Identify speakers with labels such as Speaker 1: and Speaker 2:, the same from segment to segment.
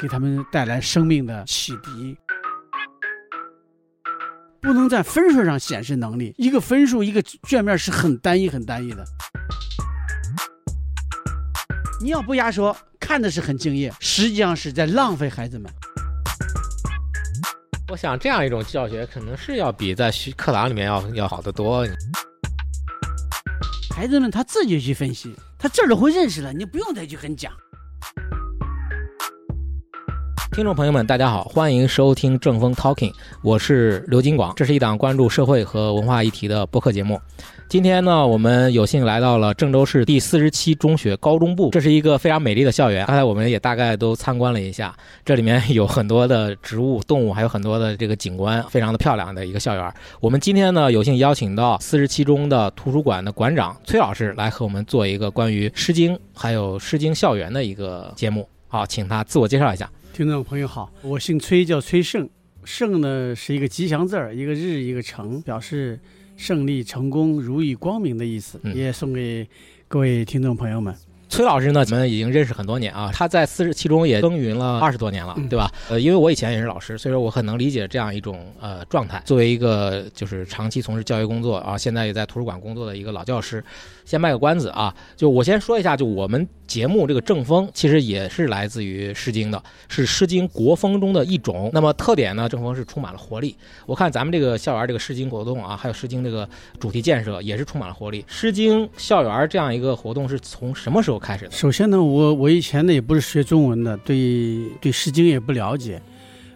Speaker 1: 给他们带来生命的启迪。不能在分数上显示能力，一个分数一个卷面是很单一、很单一的。你要不压缩，看的是很敬业，实际上是在浪费孩子们。
Speaker 2: 我想这样一种教学，可能是要比在学课堂里面要要好得多。
Speaker 1: 孩子们他自己去分析，他这儿都会认识了，你不用再去很讲。
Speaker 2: 听众朋友们，大家好，欢迎收听正风 Talking，我是刘金广，这是一档关注社会和文化议题的播客节目。今天呢，我们有幸来到了郑州市第四十七中学高中部，这是一个非常美丽的校园。刚才我们也大概都参观了一下，这里面有很多的植物、动物，还有很多的这个景观，非常的漂亮的一个校园。我们今天呢，有幸邀请到四十七中的图书馆的馆长崔老师来和我们做一个关于《诗经》还有《诗经》校园的一个节目。好，请他自我介绍一下。
Speaker 1: 听众朋友好，我姓崔，叫崔胜。胜呢是一个吉祥字儿，一个日，一个成，表示胜利、成功、如意、光明的意思。
Speaker 2: 嗯
Speaker 1: 也送给各位听众朋友们。
Speaker 2: 崔老师呢，我们已经认识很多年啊，他在四十其中也耕耘了二十多年了，
Speaker 1: 嗯
Speaker 2: 对吧？呃，因为我以前也是老师，所以说我很能理解这样一种呃状态。作为一个就是长期从事教育工作啊，现在也在图书馆工作的一个老教师，先卖个关子啊，就我先说一下，就我们节目这个正风其实也是来自于《诗经》的，是《诗经》国风中的一种。那么特点呢，正风是充满了活力。我看咱们这个校园这个《诗经》活动啊，还有《诗经》这个主题建设也是充满了活力。《诗经》校园这样一个活动是从什么时候开始的？
Speaker 1: 首先呢，我我以前呢也不是学中文的，对对《诗经》也不了解。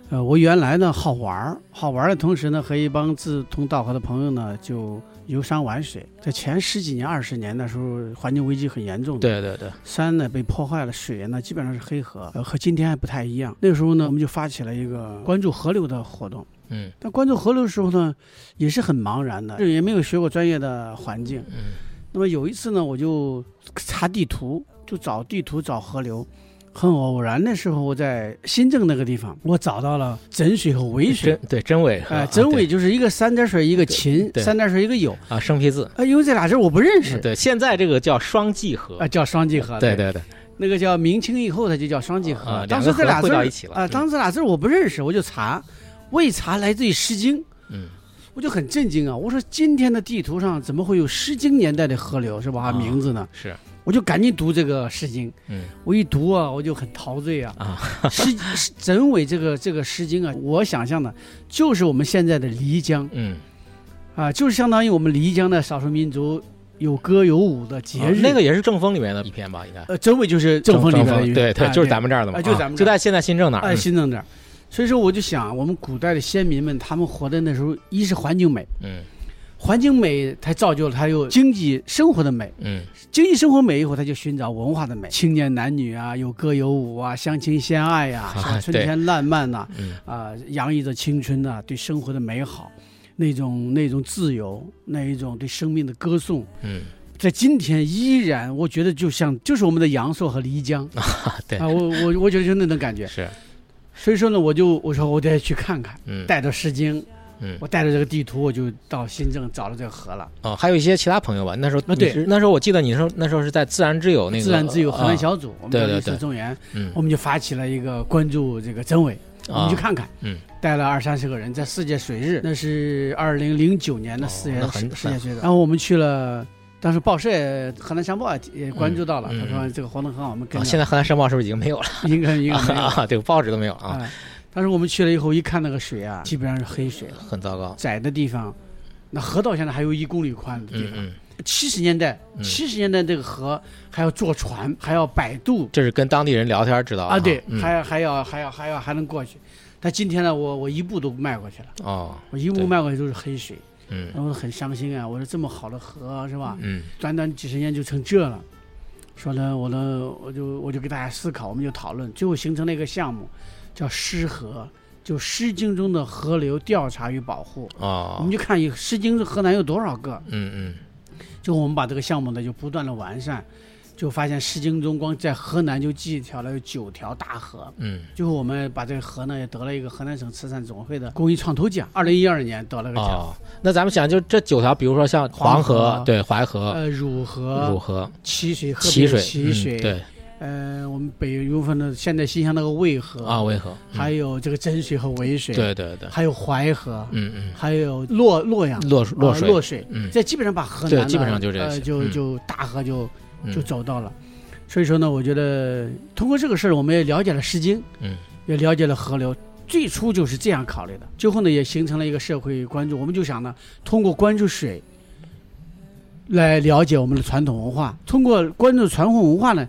Speaker 1: 呃，我原来呢好玩儿，好玩儿的同时呢，和一帮志同道合的朋友呢就游山玩水。在前十几年、二十年的时候，环境危机很严重的，
Speaker 2: 对对对，
Speaker 1: 山呢被破坏了，水呢基本上是黑河，呃，和今天还不太一样。那个时候呢，我们就发起了一个关注河流的活动。
Speaker 2: 嗯
Speaker 1: 但关注河流的时候呢，也是很茫然的，也没有学过专业的环境。
Speaker 2: 嗯
Speaker 1: 那么有一次呢，我就查地图，就找地图找河流。很偶然的时候，我在新郑那个地方，我找到了枕水和尾水
Speaker 2: 真。对真伪，
Speaker 1: 哎、
Speaker 2: 啊
Speaker 1: 枕尾
Speaker 2: 对
Speaker 1: 就是一个三点水一个秦，
Speaker 2: 对
Speaker 1: 三点水一个有。
Speaker 2: 啊，生僻字，啊
Speaker 1: 哎，因为这俩字我不认识，
Speaker 2: 对，现在这个叫双记合
Speaker 1: 啊、，叫双季河。
Speaker 2: 对对对，
Speaker 1: 那个叫明清以后，它就叫双季河。
Speaker 2: 啊
Speaker 1: 当
Speaker 2: 两
Speaker 1: 时
Speaker 2: 个
Speaker 1: 这俩
Speaker 2: 合
Speaker 1: 字
Speaker 2: 汇到
Speaker 1: 儿
Speaker 2: 一起了
Speaker 1: 啊、
Speaker 2: 嗯
Speaker 1: 当时这俩字儿我不认识，我就查，我一查来自于《诗经》，
Speaker 2: 嗯，
Speaker 1: 我就很震惊啊！我说今天的地图上怎么会有《诗经》年代的河流是吧？
Speaker 2: 啊
Speaker 1: 名字呢？
Speaker 2: 是，
Speaker 1: 我就赶紧读这个《诗经》，
Speaker 2: 嗯
Speaker 1: 我一读啊，我就很陶醉啊。
Speaker 2: 啊，
Speaker 1: 诗 诗整尾这个这个《诗经》啊，我想象的就是我们现在的漓江
Speaker 2: 嗯，
Speaker 1: 啊，就是相当于我们漓江的少数民族有歌有舞的节
Speaker 2: 啊
Speaker 1: 日。
Speaker 2: 那个也是正风里面的一篇吧，应该。
Speaker 1: 呃，整尾就是正风里面的一个，
Speaker 2: 对对，
Speaker 1: 啊
Speaker 2: 就是咱们这儿的嘛，
Speaker 1: 啊就是咱们
Speaker 2: 啊
Speaker 1: 这
Speaker 2: 就
Speaker 1: 儿
Speaker 2: 在现在新政那儿
Speaker 1: 哎，
Speaker 2: 嗯，
Speaker 1: 新政这儿。所以说，我就想，我们古代的先民们，他们活的那时候，一是环境美，
Speaker 2: 嗯
Speaker 1: 环境美才造就了他有经济生活的美，
Speaker 2: 嗯
Speaker 1: 经济生活美以后，他就寻找文化的美，青年男女啊，有歌有舞啊，相亲相爱呀、是吧
Speaker 2: 啊
Speaker 1: 春
Speaker 2: 对
Speaker 1: 天烂漫呐、
Speaker 2: 嗯
Speaker 1: 啊，洋溢着青春呐、对生活的美好，那种那种自由，那一种对生命的歌颂，
Speaker 2: 嗯，
Speaker 1: 在今天依然，我觉得就像就是我们的阳朔和漓江
Speaker 2: 啊对
Speaker 1: 啊，，我我我觉得就那种感觉。
Speaker 2: 是，
Speaker 1: 所以说呢，我就我说我得去看看。
Speaker 2: 嗯
Speaker 1: 带着《诗经》，
Speaker 2: 嗯
Speaker 1: 我带着这个地图，我就到新郑找了这个河了。
Speaker 2: 哦，还有一些其他朋友吧，那时候
Speaker 1: 啊对
Speaker 2: 你是那时候我记得你说那时候是在自然之友那个
Speaker 1: 自然自由河南，
Speaker 2: 啊
Speaker 1: 小组，我们
Speaker 2: 对
Speaker 1: 的
Speaker 2: 对
Speaker 1: 绿色
Speaker 2: 对
Speaker 1: 中原，
Speaker 2: 嗯
Speaker 1: 我们就发起了一个关注这个真伪，我们
Speaker 2: 啊
Speaker 1: 去看看。
Speaker 2: 嗯，
Speaker 1: 带了二三十个人，在世界水日，那是二零零九年的
Speaker 2: 哦
Speaker 1: 四月
Speaker 2: 那
Speaker 1: 世
Speaker 2: 很
Speaker 1: 世界水日，然后我们去了。当时报社也、河南商报也也关注到了，
Speaker 2: 嗯
Speaker 1: 他
Speaker 2: 嗯
Speaker 1: 说这个活动很好，我们跟
Speaker 2: 啊现在河南申报是不是已经没有了？
Speaker 1: 应该应该 没有。
Speaker 2: 啊，这个报纸都没有啊，
Speaker 1: 哎当时我们去了以后，一看那个水啊，基本上是黑水了，
Speaker 2: 很糟糕。
Speaker 1: 窄的地方，那河道现在还有一公里宽的地
Speaker 2: 嗯
Speaker 1: 方。
Speaker 2: 嗯，
Speaker 1: 七十年代，
Speaker 2: 嗯
Speaker 1: 七十年代这个河还要坐船，还要摆渡
Speaker 2: 这是跟当地人聊天知道的
Speaker 1: 啊，
Speaker 2: 哈
Speaker 1: 对，
Speaker 2: 嗯
Speaker 1: 还要还要还要还要还能过去。但今天呢，我我一步都迈过去了，
Speaker 2: 哦，
Speaker 1: 我一步
Speaker 2: 对
Speaker 1: 迈过去都是黑水，
Speaker 2: 嗯
Speaker 1: 然后很伤心啊。我说这么好的河是吧，
Speaker 2: 嗯
Speaker 1: 短短几十年就成这了。说呢，我呢，我就我就给大家思考，我们就讨论，最后形成了一个项目，叫诗河，就《诗经》中的河流调查与保护。我
Speaker 2: 哦
Speaker 1: 们，就看《有《诗经》河南有多少个，
Speaker 2: 嗯
Speaker 1: 就我们把这个项目呢就不断的完善，就发现《诗经》中光在河南就记条了有九条大河。
Speaker 2: 嗯嗯
Speaker 1: 最后我们把这个河呢也得了一个河南省慈善总会的公益创投奖，二零一二年得了个奖。
Speaker 2: 哦，那咱们想就这九条，比如说像黄
Speaker 1: 黄河
Speaker 2: 河、对淮河、
Speaker 1: 呃，汝河、
Speaker 2: 啊汝河、
Speaker 1: 淇水、河
Speaker 2: 淇
Speaker 1: 北
Speaker 2: 水、
Speaker 1: 淇水，
Speaker 2: 嗯对，
Speaker 1: 呃，我们北邮分的现在新乡那个渭河
Speaker 2: 啊，渭河，嗯
Speaker 1: 还有这个真水和沩水，，
Speaker 2: 对对对，
Speaker 1: 还有淮河，
Speaker 2: 嗯嗯，
Speaker 1: 还有洛洛阳
Speaker 2: 洛洛
Speaker 1: 呃
Speaker 2: 水，
Speaker 1: 洛水，
Speaker 2: 嗯
Speaker 1: 这基本上把河南
Speaker 2: 对基本上就
Speaker 1: 就
Speaker 2: 这些
Speaker 1: 呃、就
Speaker 2: 嗯
Speaker 1: 就大河就
Speaker 2: 嗯
Speaker 1: 就走到了。所以说呢，我觉得通过这个事儿，我们也了解了《诗经》，
Speaker 2: 嗯，
Speaker 1: 也了解了河流。最初就是这样考虑的，最后呢，也形成了一个社会关注。我们就想呢，通过关注水来了解我们的传统文化，通过关注传统文化呢，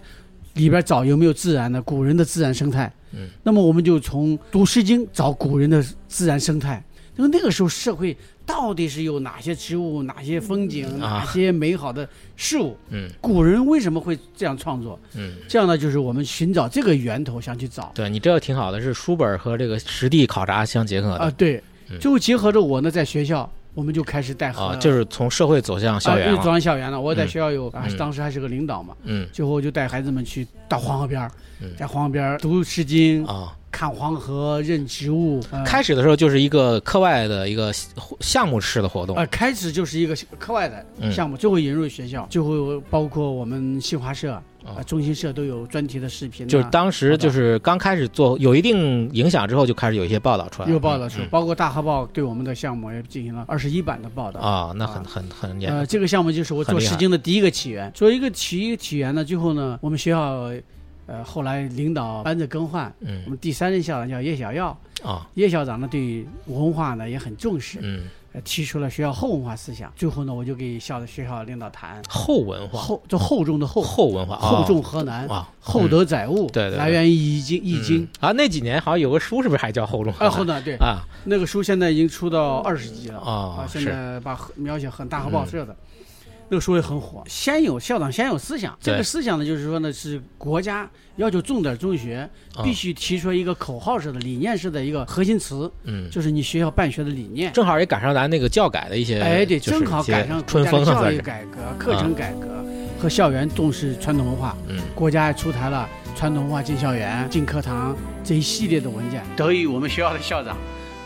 Speaker 1: 里边找有没有自然的古人的自然生态。
Speaker 2: 嗯，
Speaker 1: 那么我们就从读《诗经》找古人的自然生态。那么那个时候社会到底是有哪些植物、哪些风景、
Speaker 2: 啊
Speaker 1: 哪些美好的事物？
Speaker 2: 嗯
Speaker 1: 古人为什么会这样创作？
Speaker 2: 嗯。
Speaker 1: 这样呢，就是我们寻找这个源头，想去找
Speaker 2: 对你这个挺好的，是书本和这个实地考察相结合
Speaker 1: 啊，
Speaker 2: 的
Speaker 1: 对
Speaker 2: 嗯，
Speaker 1: 最后结合着我呢，在学校我们就开始带
Speaker 2: 啊
Speaker 1: 河，，
Speaker 2: 就是从社会走向校
Speaker 1: 啊，
Speaker 2: 园
Speaker 1: 又走
Speaker 2: 了。
Speaker 1: 上校园了。我在
Speaker 2: 嗯
Speaker 1: 学校有啊
Speaker 2: 嗯，
Speaker 1: 当时还是个领导嘛，
Speaker 2: 嗯
Speaker 1: 最后就带孩子们去到黄河边儿
Speaker 2: 嗯，
Speaker 1: 在黄河边儿读《诗经》，
Speaker 2: 啊，
Speaker 1: 看黄河，认植物。呃
Speaker 2: 开始的时候就是一个课外的一个项目式的活动
Speaker 1: 呃，开始就是一个课外的
Speaker 2: 嗯
Speaker 1: 项目，最后引入学校，最后包括我们新华社、
Speaker 2: 哦
Speaker 1: 啊中新社都有专题的视频啊，
Speaker 2: 就是当时就是刚开始做有一定影响之后，就开始有一些报道出来了，
Speaker 1: 有报道出
Speaker 2: 嗯，
Speaker 1: 包括大河报对我们的项目也进行了二十一版的报道。
Speaker 2: 啊，那很很很严
Speaker 1: 呃，这个项目就是我
Speaker 2: 很
Speaker 1: 做
Speaker 2: 厉害
Speaker 1: 《诗经》的第一个起源。作为一个起一个起源呢，最后呢，我们学校，呃，后来领导班子更换，我
Speaker 2: 嗯
Speaker 1: 们第三任校长叫叶小耀，
Speaker 2: 啊
Speaker 1: 叶校长呢对文化呢也很重视，
Speaker 2: 嗯
Speaker 1: 呃提出了学校后文化思想。最后呢，我就给校的学校领导谈
Speaker 2: 后文化
Speaker 1: 厚，这厚重的厚，
Speaker 2: 后文化
Speaker 1: 厚
Speaker 2: 啊
Speaker 1: 重河南，
Speaker 2: 啊
Speaker 1: 厚德载物，
Speaker 2: 对对对
Speaker 1: 来源于易经，易经
Speaker 2: 嗯。啊那几年好像有个书是不是还叫后重
Speaker 1: 啊，后呢？对，
Speaker 2: 啊
Speaker 1: 那个书现在已经出到二十集了
Speaker 2: 啊
Speaker 1: 啊，现
Speaker 2: 是嗯
Speaker 1: 在把和描写很大河报社的，那个书也很火。先有校长，先有思想。这
Speaker 2: 对
Speaker 1: 个思想呢，就是说呢，是国家要求重点中学
Speaker 2: 啊
Speaker 1: 必须提出一个口号式的、理念式的一个核心词，
Speaker 2: 嗯。
Speaker 1: 就是你学校办学的理念。
Speaker 2: 正好也赶上咱那个教改的一些，
Speaker 1: 哎，对，
Speaker 2: 就是
Speaker 1: 正好
Speaker 2: 一些
Speaker 1: 赶上国
Speaker 2: 春
Speaker 1: 家
Speaker 2: 风
Speaker 1: 的
Speaker 2: 啊
Speaker 1: 教
Speaker 2: 算
Speaker 1: 育
Speaker 2: 是，
Speaker 1: 改革、课程改革和校园重视传统文化。
Speaker 2: 嗯
Speaker 1: 国家出台了《传统文化进校园》《进课堂》这一系列的文件，得益于我们学校的校长，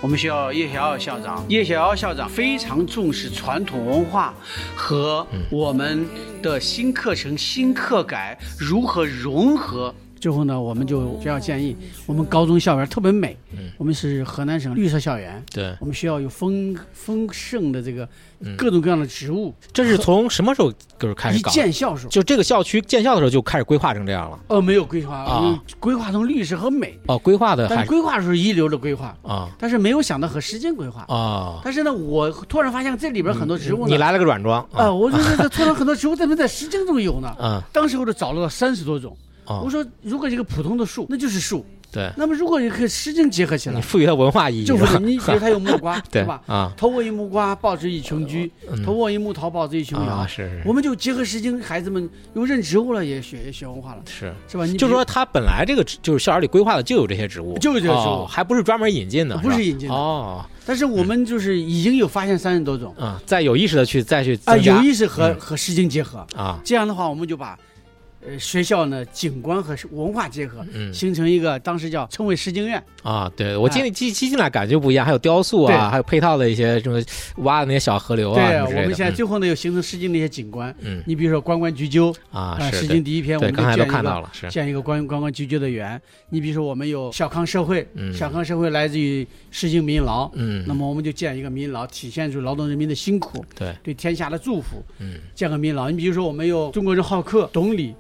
Speaker 1: 我们学校叶小傲校长，叶小傲校长非常重视传统文化和
Speaker 2: 嗯
Speaker 1: 我们的新课程、新课改如何融合。最后呢，我们就学校建议，我们高中校园特别美，
Speaker 2: 嗯
Speaker 1: 我们是河南省绿色校园，
Speaker 2: 对，
Speaker 1: 我们学校有丰丰盛的这个
Speaker 2: 嗯
Speaker 1: 各种各样的植物，
Speaker 2: 这是从什么时候就是开
Speaker 1: 一
Speaker 2: 始搞的？
Speaker 1: 见校树。
Speaker 2: 就这个校区建校的时候就开始规划成这样了。
Speaker 1: 呃，没有规划，
Speaker 2: 啊
Speaker 1: 我们规划成绿色和美，
Speaker 2: 哦，规划的
Speaker 1: 但
Speaker 2: 还
Speaker 1: 是规划是一流的规划，
Speaker 2: 啊
Speaker 1: 但是没有想到和时间规划。
Speaker 2: 啊，
Speaker 1: 但是呢，我突然发现这里边很多植物
Speaker 2: 嗯你
Speaker 1: 呢，
Speaker 2: 来了个软装
Speaker 1: 啊，
Speaker 2: 啊
Speaker 1: 我就觉 得突然很多植物怎么在时间中有呢？
Speaker 2: 啊
Speaker 1: 当时我就找了三十多种。
Speaker 2: 啊
Speaker 1: 我，说，如果一个普通的树，那就是树；
Speaker 2: 对，
Speaker 1: 那么如果和时间结合起
Speaker 2: 嗯你
Speaker 1: 来，
Speaker 2: 赋予它文化意义
Speaker 1: 就是是
Speaker 2: 吧？
Speaker 1: 你比如它有木瓜，
Speaker 2: 对
Speaker 1: 对吧？
Speaker 2: 啊，
Speaker 1: 头卧一木瓜，抱之以琼琚；
Speaker 2: 嗯
Speaker 1: 头卧一木桃，抱之以琼
Speaker 2: 啊，
Speaker 1: 瑶。
Speaker 2: 是
Speaker 1: 我们就结合时间，孩子们又认植物了，也学也学文化了，
Speaker 2: 是
Speaker 1: 是吧？你
Speaker 2: 是，
Speaker 1: 比
Speaker 2: 就
Speaker 1: 如
Speaker 2: 是说它本来这个植就是校园里规划的就有这些植物，
Speaker 1: 就有这些植物
Speaker 2: 哦还不是专门引进的，
Speaker 1: 不
Speaker 2: 是吧
Speaker 1: 是引进的
Speaker 2: 哦
Speaker 1: 但是我们就是已经有发现三十多种
Speaker 2: 啊，再有意识的去再去
Speaker 1: 啊，
Speaker 2: 增加
Speaker 1: 有意识和
Speaker 2: 嗯
Speaker 1: 和诗经结合。
Speaker 2: 啊，
Speaker 1: 这样的话，我们就把呃学校呢景观和文化结合，
Speaker 2: 嗯
Speaker 1: 形成一个当时叫称为诗经院。
Speaker 2: 啊，对我进进进进来感觉就不一样，还有雕塑啊，
Speaker 1: 哎对
Speaker 2: 还有配套的一些什么挖的那些小河流啊，
Speaker 1: 对，
Speaker 2: 什么
Speaker 1: 我
Speaker 2: 之类的
Speaker 1: 们现在最后呢又形成诗经的一些景观。
Speaker 2: 嗯
Speaker 1: 你比如说关关雎鸠
Speaker 2: 嗯啊
Speaker 1: 啊，《
Speaker 2: 是
Speaker 1: 诗
Speaker 2: 对
Speaker 1: 经》第一篇，我
Speaker 2: 对，
Speaker 1: 们就
Speaker 2: 刚才都
Speaker 1: 建一
Speaker 2: 看到
Speaker 1: 个
Speaker 2: 了，嗯是
Speaker 1: 建一个关关关雎鸠的园。你比如说我们有小康社会
Speaker 2: 嗯，
Speaker 1: 小康社会来自于《诗经·民劳》，
Speaker 2: 嗯，
Speaker 1: 那么我们就建一个民劳，体现出劳动人民的辛苦，
Speaker 2: 对，
Speaker 1: 对天下的祝福。
Speaker 2: 嗯
Speaker 1: 建个民劳，你比如说我们有中国人好客，懂礼。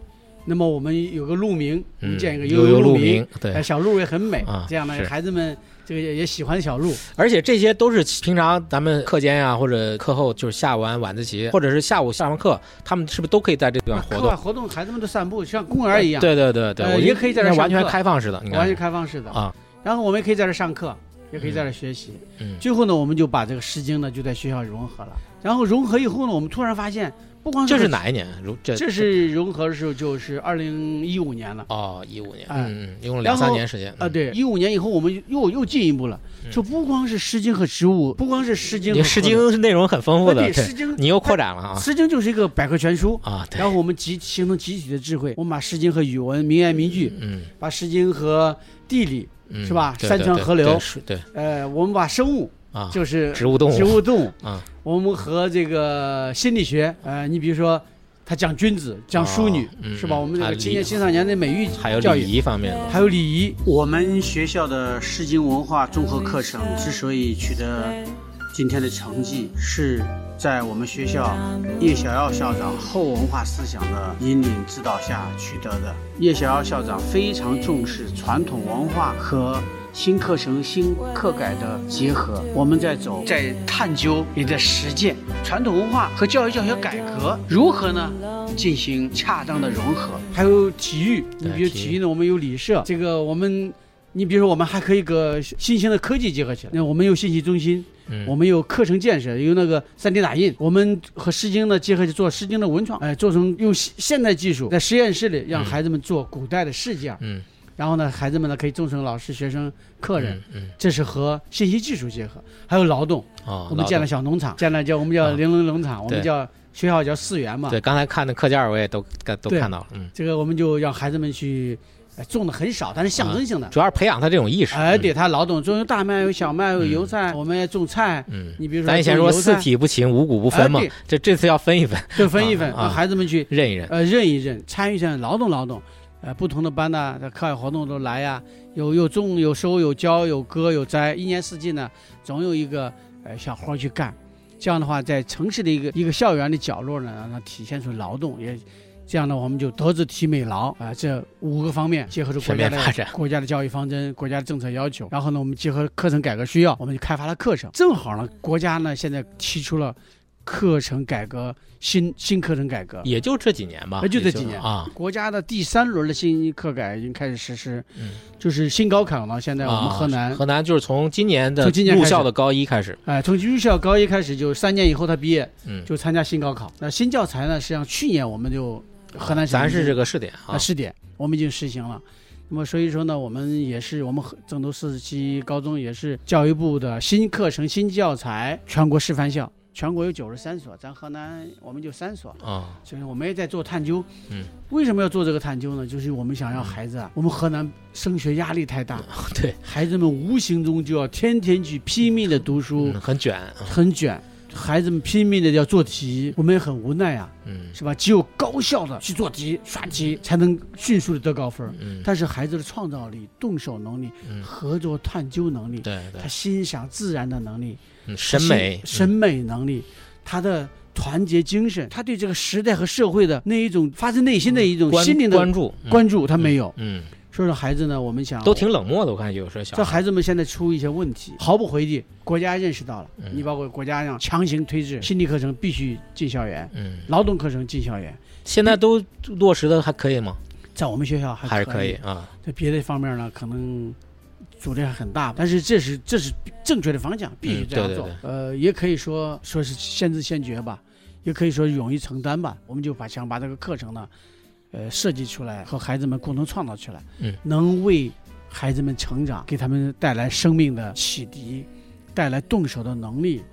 Speaker 1: 那么我们有个路名，我
Speaker 2: 嗯
Speaker 1: 们建一个
Speaker 2: 悠
Speaker 1: 游
Speaker 2: 路
Speaker 1: 民，，哎，
Speaker 2: 对，
Speaker 1: 小鹿也很美
Speaker 2: 啊，
Speaker 1: 这样呢
Speaker 2: 是，
Speaker 1: 孩子们这个也也喜欢小鹿。
Speaker 2: 而且这些都是平常咱们课间呀、或者课后，就是下完晚自习，或者是下午上完课，他们是不是都可以在这地方活
Speaker 1: 啊课
Speaker 2: 动
Speaker 1: 外？活动，孩子们都散步，像公园一样，
Speaker 2: 对对对对，
Speaker 1: 呃
Speaker 2: 我觉得
Speaker 1: 也可以在这儿
Speaker 2: 那
Speaker 1: 上
Speaker 2: 完全
Speaker 1: 课
Speaker 2: 开放式的，你
Speaker 1: 完
Speaker 2: 看
Speaker 1: 全开放式的。
Speaker 2: 啊，
Speaker 1: 然后我们也可以在这儿上课，也可以在这儿学习。
Speaker 2: 嗯
Speaker 1: 最后呢，我们就把这个《诗经》呢就在学校融合了。然后融合以后呢，我们突然发现，不光
Speaker 2: 这是
Speaker 1: 是
Speaker 2: 哪一年？如这
Speaker 1: 这是融合的时候，就是二零一五年了。
Speaker 2: 哦，一五年，
Speaker 1: 哎
Speaker 2: 嗯嗯，用了
Speaker 1: 然
Speaker 2: 两三
Speaker 1: 后
Speaker 2: 年时间
Speaker 1: 啊，，对，一五年以后我们又又进一步了，
Speaker 2: 嗯
Speaker 1: 就不光是《诗经》和植物，不光是《诗经》
Speaker 2: 你《
Speaker 1: 和
Speaker 2: 诗
Speaker 1: 河
Speaker 2: 经
Speaker 1: 流》，》
Speaker 2: 是内容很丰富
Speaker 1: 啊
Speaker 2: 的，
Speaker 1: 对，《
Speaker 2: 对
Speaker 1: 诗经》
Speaker 2: 你又扩展了啊
Speaker 1: 诗经就是一个百科全书，
Speaker 2: 啊，对
Speaker 1: 然，后我们集形成集体的智慧，我们把《诗经》和语文、名言名句，
Speaker 2: 嗯
Speaker 1: 把《诗经》和地理，
Speaker 2: 嗯，
Speaker 1: 是吧
Speaker 2: 对
Speaker 1: 山
Speaker 2: 对
Speaker 1: 川
Speaker 2: 对
Speaker 1: 河
Speaker 2: 对
Speaker 1: 流
Speaker 2: 是对
Speaker 1: 呃，我们把生物
Speaker 2: 啊，
Speaker 1: 就是
Speaker 2: 植物动
Speaker 1: 植
Speaker 2: 物
Speaker 1: 物动物，
Speaker 2: 啊
Speaker 1: 我们和这个心理学，呃，你比如说他讲君子，讲淑女，
Speaker 2: 哦嗯
Speaker 1: 是吧？
Speaker 2: 嗯
Speaker 1: 我们这
Speaker 2: 还
Speaker 1: 个
Speaker 2: 有
Speaker 1: 青
Speaker 2: 礼
Speaker 1: 年青少年的美育
Speaker 2: 还有
Speaker 1: 教育
Speaker 2: 礼仪方面的，
Speaker 1: 还有礼仪。
Speaker 3: 我们学校的诗经文化综合课程之所以取得今天的成绩，是在我们学校叶小耀校长后文化思想的引领指导下取得的。叶小耀校长非常重视传统文化和新课程、新课改的结合，我们在走，在探究，也在实践传统文化和教育教学改革如何呢？进行恰当的融合。
Speaker 1: 还有体育，你
Speaker 2: 对
Speaker 1: 比如
Speaker 2: 体育
Speaker 1: 体育呢，我们有礼社，这个我们，你比如说我们还可以和新兴的科技结合起来，那我们有信息中心，
Speaker 2: 嗯，
Speaker 1: 我们有课程建设，有那个 3D 打印，我们和《诗经》呢结合去做《诗经》的文创，哎、做成用现现代技术在实验室里让
Speaker 2: 嗯
Speaker 1: 孩子们做古代的事件，
Speaker 2: 嗯
Speaker 1: 然后呢，孩子们呢可以忠诚老师、学生、客人。
Speaker 2: 嗯嗯
Speaker 1: 这是和信息技术结合，还有劳动。
Speaker 2: 哦，
Speaker 1: 我们
Speaker 2: 老
Speaker 1: 建了
Speaker 2: 懂
Speaker 1: 小农场，建了叫我们叫
Speaker 2: 啊
Speaker 1: 玲珑农场，我们
Speaker 2: 对
Speaker 1: 叫学校叫四园嘛。
Speaker 2: 对，刚才看的课件儿我也都都
Speaker 1: 对
Speaker 2: 看到了，嗯，
Speaker 1: 这个我们就让孩子们去，呃种的很少，但是象征性的。
Speaker 2: 主要是培养他这种意识。
Speaker 1: 啊哎，
Speaker 2: 嗯
Speaker 1: 对，他劳动，种有大麦，有小麦，有
Speaker 2: 嗯
Speaker 1: 油菜，我们也种菜。
Speaker 2: 嗯，
Speaker 1: 你比如说，
Speaker 2: 咱以前说四
Speaker 1: 体
Speaker 2: 体不勤，五谷不分嘛
Speaker 1: 哎对，
Speaker 2: 这这次要分一分，
Speaker 1: 对，分一分，
Speaker 2: 啊啊
Speaker 1: 让孩子们去
Speaker 2: 认一 认。
Speaker 1: 呃认一认，参与参与，劳动劳动。呃，不同的班呢，这课外活动都来呀，有有种有收有浇有割有摘，一年四季呢，总有一个呃小活儿去干。这样的话，在城市的一个一个校园的角落呢，让它体现出劳动，也这样呢，我们就德智体美劳啊、这五个方面结合着国家
Speaker 2: 全面
Speaker 1: 的
Speaker 2: 发展
Speaker 1: 国家的教育方针、国家的政策要求，然后呢，我们结合课程改革需要，我们就开发了课程。正好呢，国家呢现在提出了课程改革新新课程改革，
Speaker 2: 也就这几年吧，
Speaker 1: 哎就这几年
Speaker 2: 也就啊，
Speaker 1: 国家的第三轮的新课改已经开始实施，
Speaker 2: 嗯
Speaker 1: 就是新高考呢，现在我们河南，
Speaker 2: 啊
Speaker 1: 哎、
Speaker 2: 河南就是从今年的
Speaker 1: 从今年
Speaker 2: 入
Speaker 1: 开始
Speaker 2: 校的高一开始，
Speaker 1: 从军校高一开始就三年以后他毕业
Speaker 2: 嗯，
Speaker 1: 就参加新高考。那新教材呢，实际上去年我们就河南省
Speaker 2: 咱是这
Speaker 1: 个
Speaker 2: 个试点啊
Speaker 1: 啊，试点，我们已经实行了。那么所以说呢，我们也是我们河郑州市区高中也是教育部的新课程新教材全国示范校，全国有九十三所，咱河南我们就三所。
Speaker 2: 啊，
Speaker 1: 所以我们也在做探究。
Speaker 2: 嗯，
Speaker 1: 为什么要做这个探究呢？就是我们想要孩子啊，我们河南升学压力太大，
Speaker 2: 嗯对，
Speaker 1: 孩子们无形中就要天天去拼命的读书，
Speaker 2: 嗯很卷，
Speaker 1: 很卷。孩子们拼命的要做题，我们也很无奈啊，
Speaker 2: 嗯
Speaker 1: 是吧？只有高效的去做题、刷题，才能迅速的得高分。
Speaker 2: 嗯，
Speaker 1: 但是孩子的创造力、动手能力、
Speaker 2: 嗯
Speaker 1: 合作探究能力，
Speaker 2: 对对
Speaker 1: 他，欣赏自然的能力，
Speaker 2: 嗯审美
Speaker 1: 审美能力，他的团结精神，他对这个时代和社会的那一种发自内心的一种
Speaker 2: 嗯关
Speaker 1: 心灵的
Speaker 2: 关注
Speaker 1: 关注，他没有。
Speaker 2: 嗯，
Speaker 1: 所以说，孩子呢，我们想
Speaker 2: 嗯都挺冷漠的，我看有时候小
Speaker 1: 这
Speaker 2: 孩
Speaker 1: 孩子们现在出一些问题，毫不回避，国家认识到了，
Speaker 2: 嗯
Speaker 1: 你包括国家让强行推制心理课程必须进校园，
Speaker 2: 嗯，
Speaker 1: 劳动课程进校园，
Speaker 2: 现在都落实的还可以吗？
Speaker 1: 在我们学校还
Speaker 2: 还是
Speaker 1: 可
Speaker 2: 可以啊，
Speaker 1: 在别的方面呢，可能阻力还很大，但是这是这是正确的方向，必须这样
Speaker 2: 嗯对对
Speaker 1: 做。
Speaker 2: 对
Speaker 1: 呃，也可以说说是先知先觉吧，也可以说勇于承担吧。我们就把想把这个课程呢，呃，设计出来和孩子们共同创造出来，
Speaker 2: 嗯
Speaker 1: 能为孩子们成长，给他们带来生命的启迪，带来动手的能力，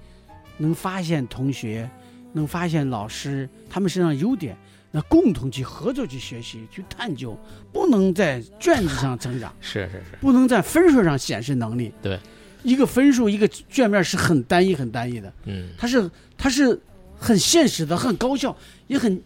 Speaker 1: 能发现同学，能发现老师他们身上优点。那共同去合作、去学习、去探究，不能在卷子上成长，
Speaker 2: 是是是，
Speaker 1: 不能在分数上显示能力。
Speaker 2: 对，
Speaker 1: 一个分数、一个卷面是很单一、很单一的，
Speaker 2: 嗯
Speaker 1: 它是它是很现实的、很高效，也很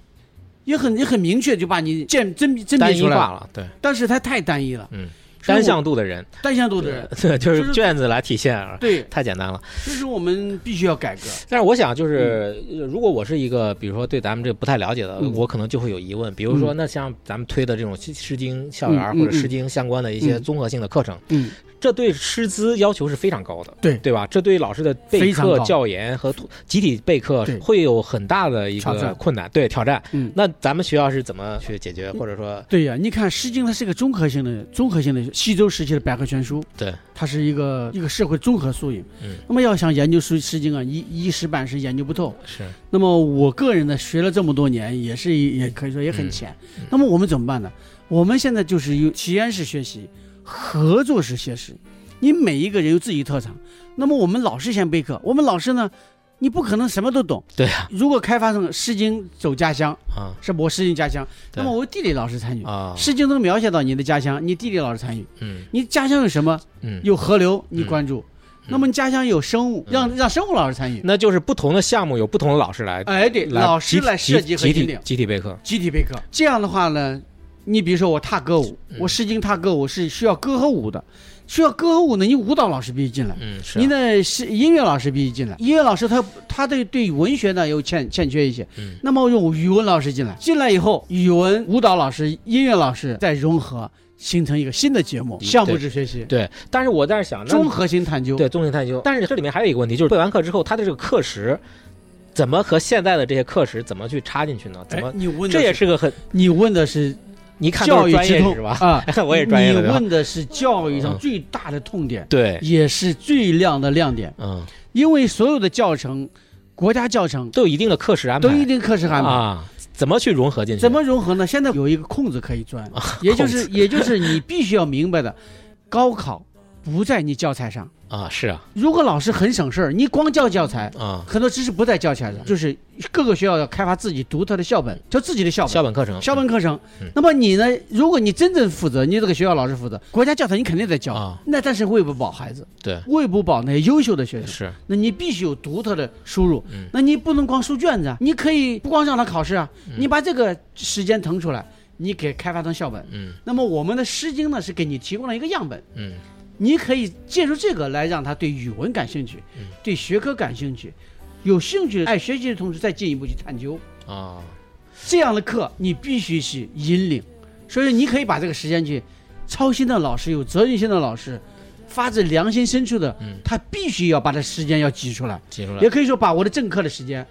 Speaker 1: 也很也很明确，就把你鉴甄别甄别
Speaker 2: 单一
Speaker 1: 出来了。
Speaker 2: 化了，对，
Speaker 1: 但是它太单一了，
Speaker 2: 嗯，
Speaker 1: 所以
Speaker 2: 单
Speaker 1: 我
Speaker 2: 向度的人，
Speaker 1: 单向度的人，
Speaker 2: 对，就
Speaker 1: 就是是
Speaker 2: 卷子来体现啊，
Speaker 1: 对，
Speaker 2: 太简单了。
Speaker 1: 所以说我们必须要改革。
Speaker 2: 但是我想，就是呃如果我是一个，比如说对咱们这不太了解的，
Speaker 1: 嗯
Speaker 2: 我可能就会有疑问。比如说，那像咱们推的这种《诗经》校园
Speaker 1: 嗯嗯
Speaker 2: 或者《诗经》相关的一些
Speaker 1: 嗯
Speaker 2: 综合性的课程，
Speaker 1: 嗯，
Speaker 2: 这对师资要求是非常高的，
Speaker 1: 对
Speaker 2: 对吧？这对老师的备
Speaker 1: 非常
Speaker 2: 课、
Speaker 1: 高
Speaker 2: 教研和突集体备课
Speaker 1: 对
Speaker 2: 会有很大的一
Speaker 1: 挑
Speaker 2: 个
Speaker 1: 战
Speaker 2: 困难，对挑战。
Speaker 1: 嗯
Speaker 2: 那咱们学校是怎么去解决，或者说，
Speaker 1: 对呀、你看《诗经》，它是一个综合性的、综合性的西周时期的百科全书，
Speaker 2: 对，
Speaker 1: 它是一个一个社会综合缩影。
Speaker 2: 嗯
Speaker 1: 那么要想研究《诗诗经》啊，一一时半时研究不透。
Speaker 2: 是
Speaker 1: 那么我个人呢，学了这么多年，也是也可以说也很浅。
Speaker 2: 嗯
Speaker 1: 那么我们怎么办呢？我们现在就是有体验式学习，合作式学习。你每一个人有自己特长，那么我们老师先备课，我们老师呢，你不可能什么都懂。
Speaker 2: 对啊，
Speaker 1: 如果开发成《诗经》走家乡，
Speaker 2: 啊
Speaker 1: 是吧我《诗经》家乡，那
Speaker 2: 对
Speaker 1: 么我地理老师参与，
Speaker 2: 啊，
Speaker 1: 诗经》能描写到你的家乡，你地理老师参与，
Speaker 2: 嗯
Speaker 1: 你家乡有什么？
Speaker 2: 嗯，
Speaker 1: 有河流，你关注；那么你家乡有生物，让让生物老师参与。
Speaker 2: 那就是不同的项目有不同的老师来，
Speaker 1: 哎，对，
Speaker 2: 嗯来
Speaker 1: 老师
Speaker 2: 集体
Speaker 1: 来设计和
Speaker 2: 集
Speaker 1: 引
Speaker 2: 体
Speaker 1: 领
Speaker 2: 集体备课。嗯
Speaker 1: 集体备课。这样的话呢，你比如说我踏歌舞，我诗经踏歌舞是需要歌和舞的，需要歌和舞呢，你舞蹈老师必须进来。
Speaker 2: 嗯，是啊。
Speaker 1: 您的是音乐老师必须进来，音乐老师他他对对文学呢又欠欠缺一些，
Speaker 2: 嗯
Speaker 1: 那么用语文老师进来，进来以后，语文舞蹈老师、音乐老师再融合，形成一个新的节目，项目制学习，
Speaker 2: 嗯对，但是我在想，那
Speaker 1: 综合性探究。
Speaker 2: 对，综合探究。但是这里面还有一个问题，就是备完课之后，他的这个课时怎么和现在的这些课时怎么去插进去呢？怎
Speaker 1: 哎
Speaker 2: 么？
Speaker 1: 你问的
Speaker 2: 这也是个很，
Speaker 1: 你问的是
Speaker 2: 你看都
Speaker 1: 教
Speaker 2: 是
Speaker 1: 育
Speaker 2: 专
Speaker 1: 之
Speaker 2: 业
Speaker 1: 痛
Speaker 2: 是吧？
Speaker 1: 啊，
Speaker 2: 我也专业了，
Speaker 1: 你
Speaker 2: 对吧？
Speaker 1: 问的是教育上
Speaker 2: 嗯
Speaker 1: 最大的痛点，
Speaker 2: 对，
Speaker 1: 也是最亮的亮点，
Speaker 2: 嗯，
Speaker 1: 因为所有的教程，国家教程
Speaker 2: 都有一定的课时安排，
Speaker 1: 都一定课时安排。
Speaker 2: 啊，怎么去融合进去？
Speaker 1: 怎么融合呢？现在有一个空子可以钻，
Speaker 2: 啊
Speaker 1: 也就是也就是你必须要明白的，高考不在你教材上。
Speaker 2: 啊？是啊，
Speaker 1: 如果老师很省事儿，你光教教材，
Speaker 2: 啊，
Speaker 1: 很多知识不在教材上，就是各个学校要开发自己独特的校本，就自己的校本。
Speaker 2: 校本课程，
Speaker 1: 校本课程
Speaker 2: 嗯，
Speaker 1: 那么你呢？如果你真正负责，你这个学校老师负责，国家教材你肯定在教
Speaker 2: 啊，
Speaker 1: 那但是喂不饱孩子，
Speaker 2: 对，
Speaker 1: 喂不饱那些优秀的学生，
Speaker 2: 是，
Speaker 1: 那你必须有独特的输入
Speaker 2: 嗯。
Speaker 1: 那你不能光出卷子啊，你可以不光让他考试啊，
Speaker 2: 嗯
Speaker 1: 你把这个时间腾出来，你给开发成校本。
Speaker 2: 嗯
Speaker 1: 那么我们的《诗经》呢，是给你提供了一个样本，
Speaker 2: 嗯
Speaker 1: 你可以借助这个来让他对语文感兴趣，
Speaker 2: 嗯
Speaker 1: 对学科感兴趣，有兴趣爱学习的同时再进一步去探究。
Speaker 2: 啊，
Speaker 1: 这样的课你必须是引领，所以你可以把这个时间去操心的老师、有责任心的老师，发自良心深处的，
Speaker 2: 嗯
Speaker 1: 他必须要把这时间要挤出来，
Speaker 2: 记住了
Speaker 1: 也，可以说把我的正课的时间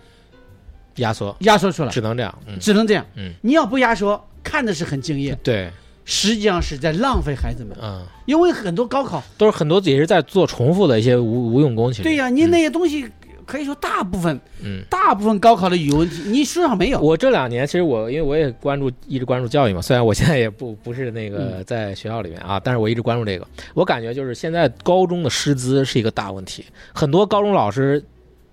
Speaker 2: 压缩，
Speaker 1: 压缩出来，
Speaker 2: 只能这样，嗯，
Speaker 1: 只能这样。
Speaker 2: 嗯，
Speaker 1: 你要不压缩，看的是很敬业，
Speaker 2: 对，
Speaker 1: 实际上是在浪费孩子们，
Speaker 2: 嗯，
Speaker 1: 因为很多高考，
Speaker 2: 都是很多也是在做重复的一些无无用功，其实
Speaker 1: 对呀、你那些东西可以说大部分
Speaker 2: 嗯。
Speaker 1: 大部分高考的语文题，你书上没有。
Speaker 2: 我这两年其实我因为我也关注，一直关注教育嘛，虽然我现在也不不是那
Speaker 1: 嗯
Speaker 2: 个在学校里面啊，但是我一直关注这个。我感觉就是现在高中的师资是一个大问题，很多高中老师。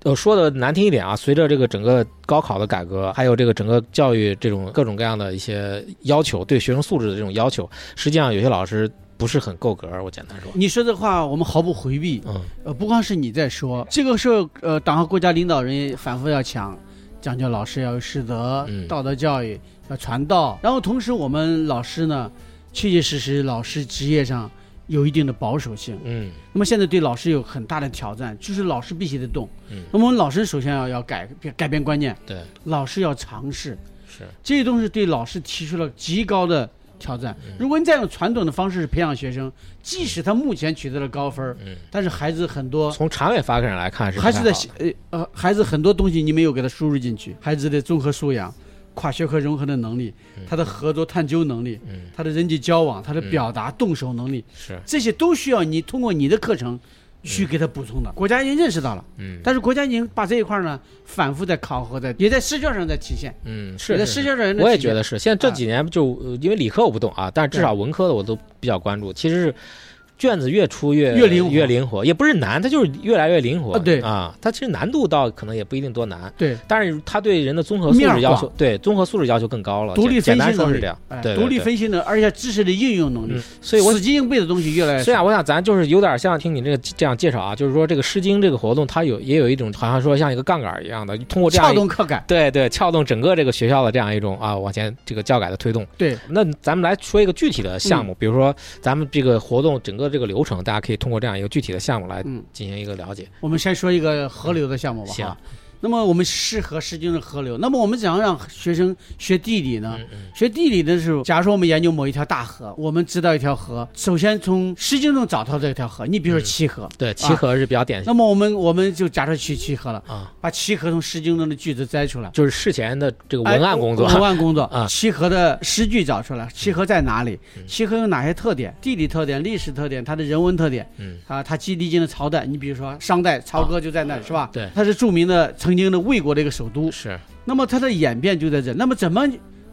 Speaker 2: 呃，说的难听一点啊，随着这个整个高考的改革，还有这个整个教育这种各种各样的一些要求，对学生素质的这种要求，实际上有些老师不是很够格儿。我简单说，
Speaker 1: 你说这话，我们毫不回避。
Speaker 2: 嗯
Speaker 1: 呃，不光是你在说，这个事儿，呃，党和国家领导人也反复要强，讲究老师要有师德、
Speaker 2: 嗯
Speaker 1: 道德教育，要传道。然后同时，我们老师呢，确确实实老师职业上有一定的保守性。
Speaker 2: 嗯
Speaker 1: 那么现在对老师有很大的挑战，就是老师必须得动。
Speaker 2: 嗯
Speaker 1: 那么我们老师首先要要改改变观念，
Speaker 2: 对，
Speaker 1: 老师要尝试，
Speaker 2: 是
Speaker 1: 这些东西对老师提出了极高的挑战。
Speaker 2: 嗯
Speaker 1: 如果你再用传统的方式培养学生，即使他目前取得了高分儿，
Speaker 2: 嗯，
Speaker 1: 但是孩子很多
Speaker 2: 从长远发展来看是不
Speaker 1: 还
Speaker 2: 太
Speaker 1: 是在
Speaker 2: 好的
Speaker 1: 呃呃，孩子很多东西你没有给他输入进去，孩子的综合素养、跨学科融合的能力、他的合作探究能力、
Speaker 2: 嗯
Speaker 1: 他的人际交往、他的表达、动手能力，
Speaker 2: 是
Speaker 1: 这些都需要你通过你的课程去给他补充的。国家已经认识到了，
Speaker 2: 嗯
Speaker 1: 但是国家已经把这一块儿呢反复在考核在，也在试卷上在体现，
Speaker 2: 嗯是
Speaker 1: 也在
Speaker 2: 是
Speaker 1: 试卷上在体现。
Speaker 2: 我也觉得是，现在
Speaker 1: 啊
Speaker 2: 这几年就、呃因为理科我不懂啊，但是至少文科的我都比较关注。其实是卷子越出越
Speaker 1: 越灵活
Speaker 2: 越灵活，也不是难，它就是越来越灵活。
Speaker 1: 啊对
Speaker 2: 啊，它其实难度倒可能也不一定多难，
Speaker 1: 对。
Speaker 2: 但是它对人的综合素
Speaker 1: 面儿
Speaker 2: 质要
Speaker 1: 广
Speaker 2: 求，对综合素质要求更高了。
Speaker 1: 独立分
Speaker 2: 简简单
Speaker 1: 析
Speaker 2: 说
Speaker 1: 能
Speaker 2: 是
Speaker 1: 力
Speaker 2: 这样，，
Speaker 1: 哎
Speaker 2: 对对
Speaker 1: 独立
Speaker 2: 对
Speaker 1: 分析能力，而且知识的应用能力
Speaker 2: 嗯，，所以我
Speaker 1: 死记硬背的东西越来越
Speaker 2: 所以啊，
Speaker 1: 少。
Speaker 2: 我想咱就是有点像听你这个这样介绍啊，就是说这个《诗经》这个活动，它有也有一种好像说像一个杠杆儿一样的，通过这样
Speaker 1: 撬
Speaker 2: 一
Speaker 1: 动课改，
Speaker 2: 对对，撬动整个这个学校的这样一种啊往前这个教改的推动。
Speaker 1: 对，
Speaker 2: 那咱们来说一个具体的项目，
Speaker 1: 嗯
Speaker 2: 比如说咱们这个活动整个这个流程，大家可以通过这样一个具体的项目来
Speaker 1: 嗯
Speaker 2: 进行一个了解。
Speaker 1: 我们先说一个河流的项目吧。
Speaker 2: 行
Speaker 1: 哈，那么我们适合《诗经》的河流，那么我们怎样让学生学地理呢？
Speaker 2: 嗯嗯
Speaker 1: 学地理的时候，假如说我们研究某一条大河，我们知道一条河，首先从《诗经》中找到这条河，你比如
Speaker 2: 嗯
Speaker 1: 说齐河。
Speaker 2: 对，齐河是比较典型
Speaker 1: 那么我们我们就假设去齐河了，
Speaker 2: 哎啊，
Speaker 1: 把齐河从《诗经》中的句子摘出来，
Speaker 2: 就是事前的这个文案工作。
Speaker 1: 哎文案工作
Speaker 2: 啊嗯
Speaker 1: 齐河的诗句找出来，齐河在哪里？齐河有哪些特点？地理特点、历史特点、它的人文特点。
Speaker 2: 嗯
Speaker 1: 啊，它既历经了朝代，你比如说商代，朝歌就在那儿，是吧？
Speaker 2: 对
Speaker 1: 它是著名的曾经的魏国的一个首都。
Speaker 2: 是，
Speaker 1: 那么它的演变就在这。那么怎么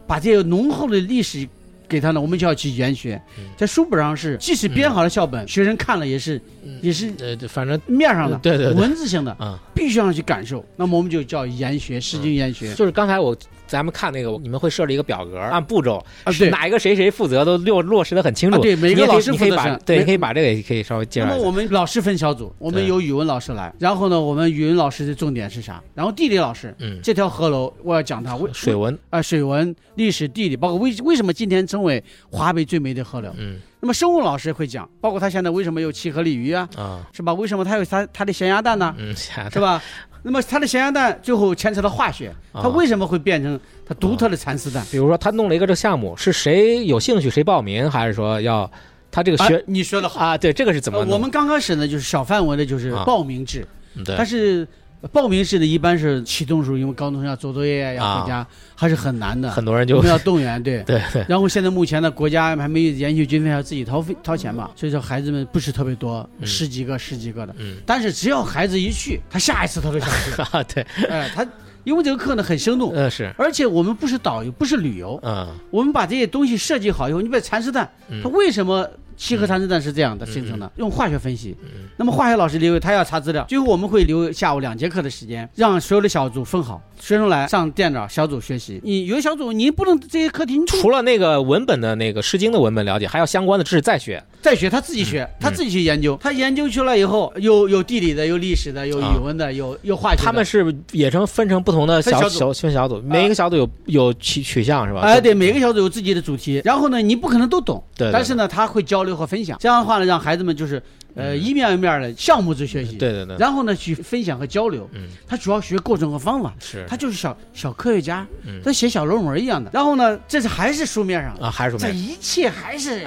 Speaker 1: 把这个浓厚的历史给它呢？我们就要去研学
Speaker 2: 嗯，
Speaker 1: 在书本上是即使编好了校本，学生看了也是
Speaker 2: 嗯
Speaker 1: 也是
Speaker 2: 呃，这反正
Speaker 1: 面上的，
Speaker 2: 嗯对对对
Speaker 1: 文字性的，
Speaker 2: 啊，
Speaker 1: 必须要去感受。那么我们就叫研学，《诗经》研学。
Speaker 2: 就是刚才我咱们看那个，你们会设置一个表格，按步骤，
Speaker 1: 啊对
Speaker 2: 哪一个谁谁负责都落落实的很清楚。
Speaker 1: 啊对每个
Speaker 2: 你也可以
Speaker 1: 老师
Speaker 2: 你可以
Speaker 1: 负责
Speaker 2: 把
Speaker 1: 是
Speaker 2: 对，
Speaker 1: 每
Speaker 2: 你可以把这个也可以稍微介
Speaker 1: 那
Speaker 2: 绍
Speaker 1: 么
Speaker 2: 一下。
Speaker 1: 我们老师分小组，我们
Speaker 2: 对
Speaker 1: 有语文老师来，然后呢，我们语文老师的重点是啥？然后地理老师，
Speaker 2: 嗯，
Speaker 1: 这条河流我要讲它为
Speaker 2: 水文，
Speaker 1: 啊、水文、历史、地理，包括为为什么今天称为华北最美的河流。
Speaker 2: 嗯
Speaker 1: 那么生物老师会讲，包括他现在为什么有七河鲤鱼啊，
Speaker 2: 啊，
Speaker 1: 是吧？为什么它有它它的咸鸭蛋呢、
Speaker 2: 嗯，下
Speaker 1: 是吧？那么它的咸鸭蛋最后牵扯到化学，
Speaker 2: 啊
Speaker 1: 它为什么会变成它独特的蚕丝蛋？
Speaker 2: 比如说他弄了一个这项目，是谁有兴趣谁报名，还是说要他这个学
Speaker 1: 啊、你说的好。
Speaker 2: 啊？对，这个是怎么
Speaker 1: 呃
Speaker 2: 弄？
Speaker 1: 我们刚开始呢，就是小范围的，就是
Speaker 2: 啊
Speaker 1: 报名制，
Speaker 2: 嗯对
Speaker 1: 但是呃报名制呢，一般是启动的时候，因为高中生要做作业
Speaker 2: 啊
Speaker 1: 要回家，还是很难的。
Speaker 2: 很多人
Speaker 1: 我
Speaker 2: 就
Speaker 1: 们 要动员，对
Speaker 2: 对
Speaker 1: 对。然后现在目前呢，国家还没有研究经费，还要自己掏费掏钱嘛，所以说孩子们不是特别多，
Speaker 2: 嗯
Speaker 1: 十几个十几个的。
Speaker 2: 嗯
Speaker 1: 但是只要孩子一去，他下一次他就想
Speaker 2: 啊，对，
Speaker 1: 去，哎，他因为这个课呢很生动，
Speaker 2: 呃是，
Speaker 1: 而且我们不是导游，不是旅游，
Speaker 2: 嗯
Speaker 1: 我们把这些东西设计好以后，你比如蚕丝蛋
Speaker 2: 嗯，
Speaker 1: 它为什么七颗蚕丝蛋是这样的形成的？用化学分析
Speaker 2: 嗯。
Speaker 1: 那么化学老师留，他要查资料，最后我们会留下午两节课的时间，让所有的小组分好，学生来上电脑小组学习。你有的小组你不能这些课题你不
Speaker 2: 除了那个文本的那个《诗经》的文本了解，还要相关的知识再学。
Speaker 1: 再学，他自己
Speaker 2: 嗯
Speaker 1: 学，他自己去研究，他研究去了以后，有有地理的，有历史的，有
Speaker 2: 啊
Speaker 1: 语文的，有有化学的。
Speaker 2: 他们是也成分成不同的小
Speaker 1: 分小组呃
Speaker 2: 小分小组，每一个小组有有取取向是吧？
Speaker 1: 哎，对，每个小组有自己的主题，然后呢，你不可能都懂，
Speaker 2: 对对
Speaker 1: 但是呢，他会交流和分享，这样的话呢，让孩子们就是呃一面一面的项目制学习，
Speaker 2: 嗯对对对，
Speaker 1: 然后呢去分享和交流，
Speaker 2: 嗯，
Speaker 1: 他主要学过程和方法，
Speaker 2: 是
Speaker 1: 他就是小小科学家
Speaker 2: 嗯，
Speaker 1: 他写小论文一样的，然后呢，这是还是书面上的。
Speaker 2: 啊，还是什
Speaker 1: 这
Speaker 2: 么？
Speaker 1: 一切还 是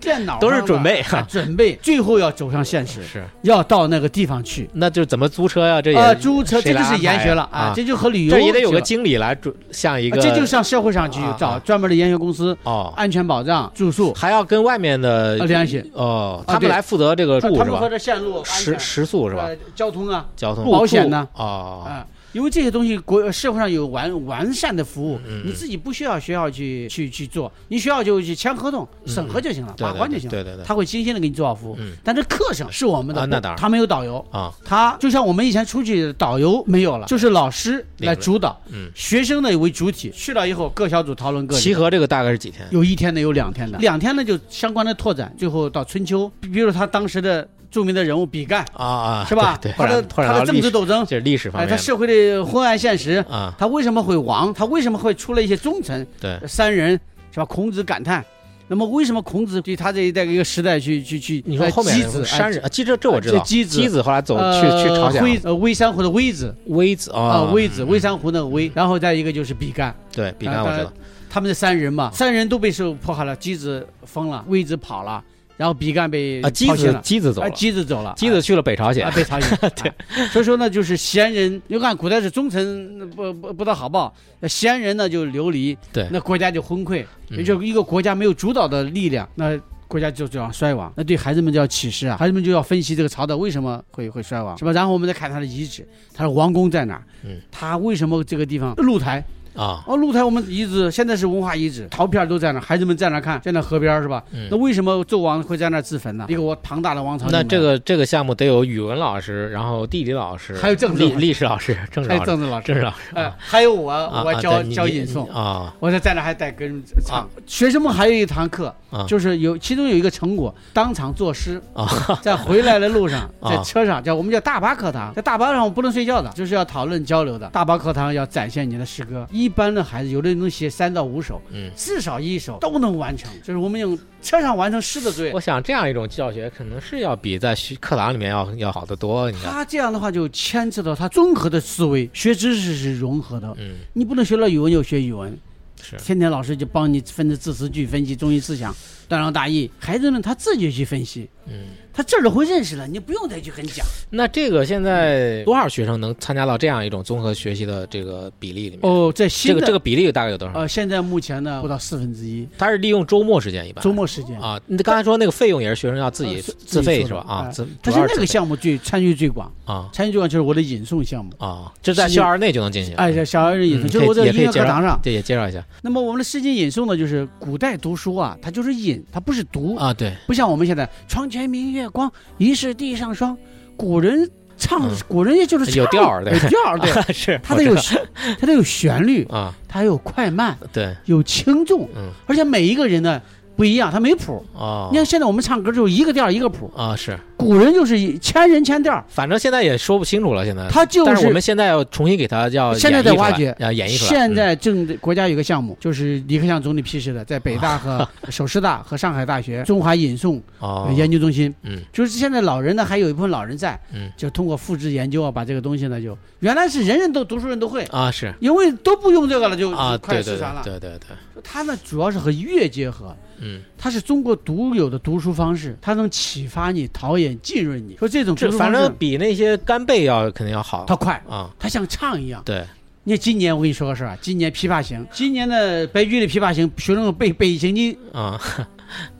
Speaker 1: 电脑
Speaker 2: 都是
Speaker 1: 上的
Speaker 2: 准备
Speaker 1: 啊准备，最后要走上现实，
Speaker 2: 是，
Speaker 1: 要到那个地方去。
Speaker 2: 那就怎么租车呀？这也
Speaker 1: 啊，租车
Speaker 2: 谁
Speaker 1: 这
Speaker 2: 来
Speaker 1: 就是
Speaker 2: 安排
Speaker 1: 研学了
Speaker 2: 啊，
Speaker 1: 这就和旅游
Speaker 2: 这也得有
Speaker 1: 去
Speaker 2: 个
Speaker 1: 了
Speaker 2: 经理来主，像一个
Speaker 1: 啊这就上啊社会上去
Speaker 2: 啊啊
Speaker 1: 找专门的研学公司，
Speaker 2: 哦，
Speaker 1: 安全保障、住宿、
Speaker 2: 还要跟外面的
Speaker 1: 呃联系，
Speaker 2: 哦，
Speaker 1: 啊
Speaker 2: 他们
Speaker 1: 对
Speaker 2: 来负责这个
Speaker 1: 他
Speaker 2: 住是
Speaker 1: 们和
Speaker 2: 吧？
Speaker 1: 这线路安
Speaker 2: 食
Speaker 1: 全
Speaker 2: 食宿是吧？
Speaker 1: 呃交通啊，
Speaker 2: 交通
Speaker 1: 住保险呢
Speaker 2: 住哦，
Speaker 1: 啊，因为这些东西国社会上有完完善的服务
Speaker 2: 嗯嗯，
Speaker 1: 你自己不需要学校去去去做，你学校就去签合同、审核就行了，
Speaker 2: 对
Speaker 1: 把
Speaker 2: 对
Speaker 1: 关就
Speaker 2: 对
Speaker 1: 行了，
Speaker 2: 对对对
Speaker 1: 他会精心的给你做好服务
Speaker 2: 嗯。
Speaker 1: 但这课程是我们
Speaker 2: 啊
Speaker 1: 的，
Speaker 2: 那
Speaker 1: 不
Speaker 2: 当然
Speaker 1: 他没有导游，
Speaker 2: 啊，
Speaker 1: 他就像我们以前出去导游没有了，就是老师来主导，
Speaker 2: 嗯，
Speaker 1: 学生呢为主体，去了以后各小组讨论各
Speaker 2: 齐
Speaker 1: 自。
Speaker 2: 河这个大概是几天？
Speaker 1: 有一天的，有两天的，两天呢就相关的拓展，最后到春秋，比比如他当时的著名的人物比干，
Speaker 2: 啊啊，
Speaker 1: 是吧
Speaker 2: 对，？对
Speaker 1: 他的
Speaker 2: 突然
Speaker 1: 他
Speaker 2: 突然
Speaker 1: 的
Speaker 2: 到
Speaker 1: 政
Speaker 2: 历
Speaker 1: 治
Speaker 2: 史，
Speaker 1: 斗争，
Speaker 2: 这是历史方
Speaker 1: 哎，他
Speaker 2: 面
Speaker 1: 社会的昏暗现实，
Speaker 2: 的啊，
Speaker 1: 他为什么会亡？他为什么会出了一些忠臣呃
Speaker 2: 对，
Speaker 1: 三人，是吧？孔子感叹。那么为什么孔子对他这一代一个时代去去去？呃
Speaker 2: 你说后面
Speaker 1: 箕
Speaker 2: 那
Speaker 1: 子
Speaker 2: 个山
Speaker 1: 人哎
Speaker 2: 人啊，鸡这这我知道，
Speaker 1: 这箕子
Speaker 2: 箕子后来走去去朝鲜
Speaker 1: 微
Speaker 2: 了，
Speaker 1: 呃微山湖的微子
Speaker 2: 微子
Speaker 1: 啊
Speaker 2: 啊，
Speaker 1: 微子
Speaker 2: 嗯
Speaker 1: 微山湖那个微，然后再一个就是比干，
Speaker 2: 对，比干
Speaker 1: 啊
Speaker 2: 我知
Speaker 1: 当
Speaker 2: 道，
Speaker 1: 他们这三人嘛，三人都被受迫害了，箕子疯了，微子跑了，然后比干被
Speaker 2: 啊，
Speaker 1: 抛
Speaker 2: 箕
Speaker 1: 弃哎了，
Speaker 2: 子箕子走
Speaker 1: 啊
Speaker 2: 了，
Speaker 1: 箕子走了，
Speaker 2: 箕子去了北朝鲜
Speaker 1: 啊，，被朝 鲜。对、所以说呢，就是贤人，你看古代是忠臣不不不知道好不好，那贤人呢就流离，
Speaker 2: 对
Speaker 1: 那国家就昏溃，
Speaker 2: 嗯
Speaker 1: 也就是一个国家没有主导的力量，那。国家就这样衰亡，那对孩子们就要启示啊，孩子们就要分析这个朝代为什么会会衰亡，是吧？然后我们再看他的遗址，他的王宫在哪儿？
Speaker 2: 嗯，
Speaker 1: 他为什么这个地方露台？
Speaker 2: 啊，
Speaker 1: 哦，露台我们遗址现在是文化遗址，陶片都在那儿，孩子们在那儿看，在那河边儿是吧？
Speaker 2: 嗯
Speaker 1: 那为什么纣王会在那儿自焚呢？一个我庞大的王朝里面，
Speaker 2: 那这个这个项目得有语文老师，然后地理老师，
Speaker 1: 还有政治
Speaker 2: 历
Speaker 1: 老师
Speaker 2: 历史老师、政治
Speaker 1: 还有
Speaker 2: 老师、
Speaker 1: 政治老师
Speaker 2: 政治老师，
Speaker 1: 哎
Speaker 2: 啊，
Speaker 1: 还有我，
Speaker 2: 啊
Speaker 1: 我
Speaker 2: 啊
Speaker 1: 教
Speaker 2: 对你
Speaker 1: 教
Speaker 2: 你
Speaker 1: 引诵，
Speaker 2: 啊
Speaker 1: 我在站那还带跟人唱。
Speaker 2: 啊
Speaker 1: 学生们还有一堂课，
Speaker 2: 啊
Speaker 1: 就是有其中有一个成果，当场作诗，
Speaker 2: 啊，
Speaker 1: 在回来的路上，
Speaker 2: 啊
Speaker 1: 在车上叫我们叫大巴课堂，在大巴上我不能睡觉的，就是要讨论交流的。大巴课堂要展现你的诗歌，一般的孩子有的能写三到五首，
Speaker 2: 嗯
Speaker 1: 至少一首都能完成，就是我们用车上完成诗的作业
Speaker 2: 我。想这样一种教学可能是要比在学课堂里面要要好得多，应该，
Speaker 1: 他这样的话就牵扯到他综合的思维，学知识是融合的，
Speaker 2: 嗯，
Speaker 1: 你不能学了语文就学语文，
Speaker 2: 是
Speaker 1: 天天老师就帮你分的字词句分析中心思想、断章大意，孩子们他自己去分析，
Speaker 2: 嗯。
Speaker 1: 他这儿会认识了，你不用再去跟讲。
Speaker 2: 那这个现在
Speaker 1: 嗯
Speaker 2: 多少学生能参加到这样一种综合学习的这个比例里面？
Speaker 1: 哦，在
Speaker 2: 这
Speaker 1: 新
Speaker 2: 个
Speaker 1: 的
Speaker 2: 这个比例大概有多少？
Speaker 1: 呃，现在目前呢不到四分之一，
Speaker 2: 它是利用周末时间一般
Speaker 1: 周末时间，
Speaker 2: 啊。你刚才说那个费用也是学生要自己
Speaker 1: 呃自
Speaker 2: 自费
Speaker 1: 自己
Speaker 2: 是吧？
Speaker 1: 出的
Speaker 2: 啊，
Speaker 1: 哎
Speaker 2: 自
Speaker 1: 但
Speaker 2: 主
Speaker 1: 是
Speaker 2: 要
Speaker 1: 那个
Speaker 2: 自费
Speaker 1: 项目最参与最广，
Speaker 2: 啊
Speaker 1: 参与最广就是我的引诵项目。
Speaker 2: 啊，这在
Speaker 1: 是
Speaker 2: 校园内就能进行。
Speaker 1: 哎，小小儿引
Speaker 2: 嗯
Speaker 1: 诵就是我在
Speaker 2: 也
Speaker 1: 音
Speaker 2: 可以
Speaker 1: 乐
Speaker 2: 介
Speaker 1: 课堂
Speaker 2: 绍
Speaker 1: 上，。
Speaker 2: 对，也介绍一下
Speaker 1: 那么我们的诗经引诵呢，就是古代读书啊，它就是引，它不是读，
Speaker 2: 啊。对，
Speaker 1: 不像我们现在“床前明月光，疑是地上霜”，古人唱
Speaker 2: 嗯
Speaker 1: 古人也就是唱
Speaker 2: 有调儿的
Speaker 1: 有调儿，对，
Speaker 2: 是
Speaker 1: 它
Speaker 2: 我
Speaker 1: 得有
Speaker 2: 知道
Speaker 1: 旋它得有旋律，
Speaker 2: 啊，
Speaker 1: 它还有快慢，
Speaker 2: 对，
Speaker 1: 有轻重，
Speaker 2: 嗯，
Speaker 1: 而且每一个人呢不一样，他没谱。
Speaker 2: 哦
Speaker 1: 你，看现在我们唱歌就一个调儿一个谱，
Speaker 2: 啊是，
Speaker 1: 古人就是一千人千调儿，
Speaker 2: 反正现在也说不清楚了，现在，
Speaker 1: 他就
Speaker 2: 嗯但是我们现在要重新给他要
Speaker 1: 现在
Speaker 2: 演绎
Speaker 1: 在挖
Speaker 2: 出来
Speaker 1: 掘
Speaker 2: 要演绎出来，
Speaker 1: 现
Speaker 2: 嗯
Speaker 1: 在正国家有个项目，就是李克强总理批示的，在北大 和首师大和上海大学中华引送
Speaker 2: 哦，
Speaker 1: 研究中心，
Speaker 2: 嗯
Speaker 1: 就是现在老人呢还有一部分老人在，
Speaker 2: 嗯
Speaker 1: 就通过复制研究啊，把这个东西呢就原来是人人都读书人都会，
Speaker 2: 啊是
Speaker 1: 因为都不用这个了就
Speaker 2: 啊，
Speaker 1: 就快
Speaker 2: 对
Speaker 1: 失
Speaker 2: 对
Speaker 1: 传了。
Speaker 2: 对对对对，
Speaker 1: 它呢主要是和乐结合，
Speaker 2: 嗯，
Speaker 1: 它是中国独有的读书方式，它能启发你、陶冶、浸润你。说这种读
Speaker 2: 这
Speaker 1: 书
Speaker 2: 反
Speaker 1: 方
Speaker 2: 正
Speaker 1: 式，
Speaker 2: 比那些干贝要肯定要好
Speaker 1: 它快，
Speaker 2: 啊，
Speaker 1: 它像唱一样。
Speaker 2: 对，
Speaker 1: 你看今年我跟你说个事儿啊，今年琵琶行，今年的白居易的琵琶行，学生们背背已经经，
Speaker 2: 啊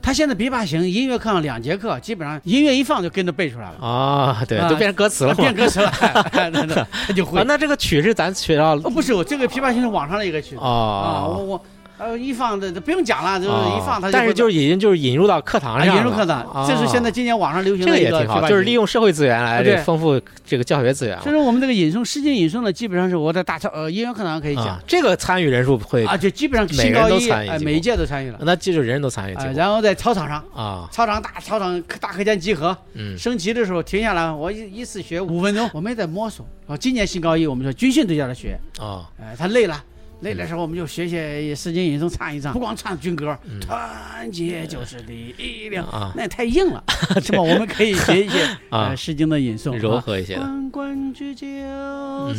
Speaker 1: 他现在琵琶行音乐课上两节课，基本上音乐一放就跟着背出来了，
Speaker 2: 啊，对，
Speaker 1: 啊
Speaker 2: 都变成歌词
Speaker 1: 啊
Speaker 2: 了嘛
Speaker 1: 变。歌词 了，哎那那他就会
Speaker 2: 啊，。那这个曲是咱 学到
Speaker 1: 哦，不是我这个琵琶行是网上的一个曲子啊，我
Speaker 2: 哦，
Speaker 1: 我呃一放这这不用讲了，就是
Speaker 2: 哦
Speaker 1: 一放它会
Speaker 2: 但是就是已经就是引入到课堂
Speaker 1: 啊
Speaker 2: 上了，
Speaker 1: 引入课堂，这是现在
Speaker 2: 哦
Speaker 1: 今年网上流行
Speaker 2: 这个
Speaker 1: 的一
Speaker 2: 也
Speaker 1: 个
Speaker 2: 挺
Speaker 1: 琵琶
Speaker 2: 好，
Speaker 1: 行
Speaker 2: 就是利用社会资源来
Speaker 1: 啊对
Speaker 2: 这丰富这个教学资源
Speaker 1: 所以说我们这个引送实践引送呢，基本上是我在大超呃音乐课堂可以讲
Speaker 2: 啊，这个参与人数会，
Speaker 1: 啊，就基本上
Speaker 2: 每
Speaker 1: 新
Speaker 2: 个人
Speaker 1: 高
Speaker 2: 都
Speaker 1: 一
Speaker 2: 参与
Speaker 1: 哎
Speaker 2: 进
Speaker 1: 每
Speaker 2: 步
Speaker 1: 一届都参与了，
Speaker 2: 那这就是人人都参与
Speaker 1: 哎
Speaker 2: 进步
Speaker 1: 然后在操场上。
Speaker 2: 啊，
Speaker 1: 操场大操场大课间集合，
Speaker 2: 嗯
Speaker 1: 升旗的时候停下来，我一一次学五分钟，我们也在摸索。然后今年新高一，我们说军训对象来学，
Speaker 2: 啊
Speaker 1: 哎、他累了，累的时候我们就学学《诗经引诵》，唱一唱，不光唱军歌，团结就是力量，
Speaker 2: 啊
Speaker 1: 那也太硬了，是吧？我们可以学一些
Speaker 2: 啊
Speaker 1: 呃《诗经》的引诵，
Speaker 2: 柔
Speaker 1: 啊
Speaker 2: 和一些的
Speaker 1: 关关雎鸠，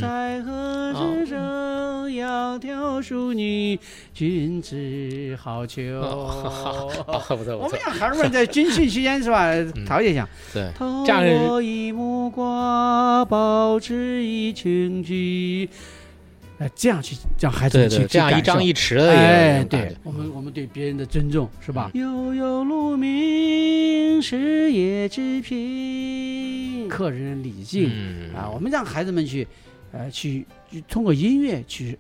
Speaker 1: 在河之
Speaker 2: 嗯
Speaker 1: 洲。窈窕淑女，君子好逑。
Speaker 2: 啊，不错
Speaker 1: 我们
Speaker 2: 不错，
Speaker 1: 让孩儿们在军训期间是吧，
Speaker 2: 嗯
Speaker 1: 陶冶一下。
Speaker 2: 对，
Speaker 1: 投
Speaker 2: 这样是
Speaker 1: 我一木瓜，保持一群居。哎，这样去让孩子
Speaker 2: 对
Speaker 1: 们去
Speaker 2: 对，这样一张一弛的一个
Speaker 1: 哎，
Speaker 2: 感
Speaker 1: 对
Speaker 2: 觉，嗯
Speaker 1: 我们我们对别人的尊重是吧？悠悠鹿鸣，是也之苹。客人礼敬
Speaker 2: 嗯
Speaker 1: 啊，我们让孩子们去，呃，去去通过音乐去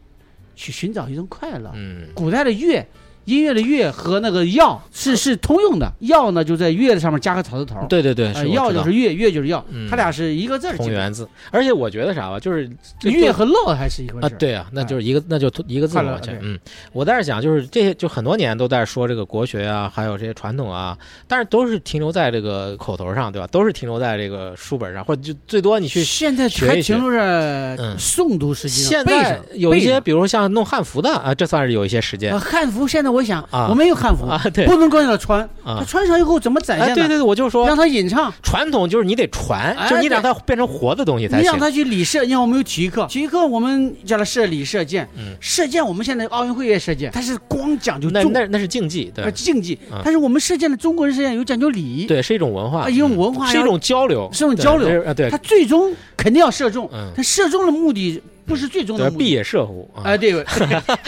Speaker 1: 去寻找一种快乐。
Speaker 2: 嗯
Speaker 1: 古代的乐，音乐的乐和那个药是是通用的，药呢就在乐的上面加个草字头。
Speaker 2: 啊对对对，
Speaker 1: 呃
Speaker 2: 我
Speaker 1: 药
Speaker 2: 知
Speaker 1: 就
Speaker 2: 道
Speaker 1: 是乐，乐就是药
Speaker 2: 嗯，
Speaker 1: 它俩是一个字儿
Speaker 2: 同
Speaker 1: 基本。
Speaker 2: 源自，而且我觉得啥吧，就是这
Speaker 1: 乐和乐还是一回
Speaker 2: 啊
Speaker 1: 事，儿。
Speaker 2: 对啊，那就是一个，那就一个字
Speaker 1: 哎快
Speaker 2: 母
Speaker 1: 乐
Speaker 2: 完全
Speaker 1: 对。
Speaker 2: 嗯，我在这想，就是这些，就很多年都在说这个国学啊，还有这些传统啊，但是都是停留在这个口头上，对吧？都是停留在这个书本上，或者就最多你去。
Speaker 1: 现在
Speaker 2: 学
Speaker 1: 还
Speaker 2: 一学
Speaker 1: 停留在
Speaker 2: 嗯
Speaker 1: 诵读时期上，
Speaker 2: 现
Speaker 1: 背
Speaker 2: 在
Speaker 1: 上
Speaker 2: 有一
Speaker 1: 背
Speaker 2: 些，
Speaker 1: 上
Speaker 2: 比如像弄汉服的啊，这算是有一些实践
Speaker 1: 呃汉服。现在我想
Speaker 2: 啊，
Speaker 1: 我没有汉服，
Speaker 2: 啊，对
Speaker 1: 不能光让他穿，
Speaker 2: 啊
Speaker 1: 他，穿上以后怎么展
Speaker 2: 哎，
Speaker 1: 现
Speaker 2: 对对
Speaker 1: 呢？
Speaker 2: 对，我就说
Speaker 1: 让他吟唱，
Speaker 2: 传统就是你得传，
Speaker 1: 哎
Speaker 2: 就是你
Speaker 1: 对
Speaker 2: 让它变成活的东西才
Speaker 1: 你让
Speaker 2: 行。
Speaker 1: 他去理射。你看我们有体育课，体育课我们叫他射礼射箭
Speaker 2: 嗯，
Speaker 1: 射箭我们现在奥运会也射箭，但是光讲究
Speaker 2: 那
Speaker 1: 重
Speaker 2: 那那是竞技，
Speaker 1: 呃
Speaker 2: 对
Speaker 1: 竞技
Speaker 2: 嗯，
Speaker 1: 但是我们射箭的中国人射箭有讲究礼，
Speaker 2: 对，是一种文化，嗯
Speaker 1: 啊一种文化
Speaker 2: 是一种交流，
Speaker 1: 是一种
Speaker 2: 对
Speaker 1: 交流
Speaker 2: 是啊，对
Speaker 1: 他，最终肯定要射中
Speaker 2: 嗯，
Speaker 1: 他射中的目的不是最终
Speaker 2: 对
Speaker 1: 的目的
Speaker 2: 必。也射乎啊
Speaker 1: 哎，， 对，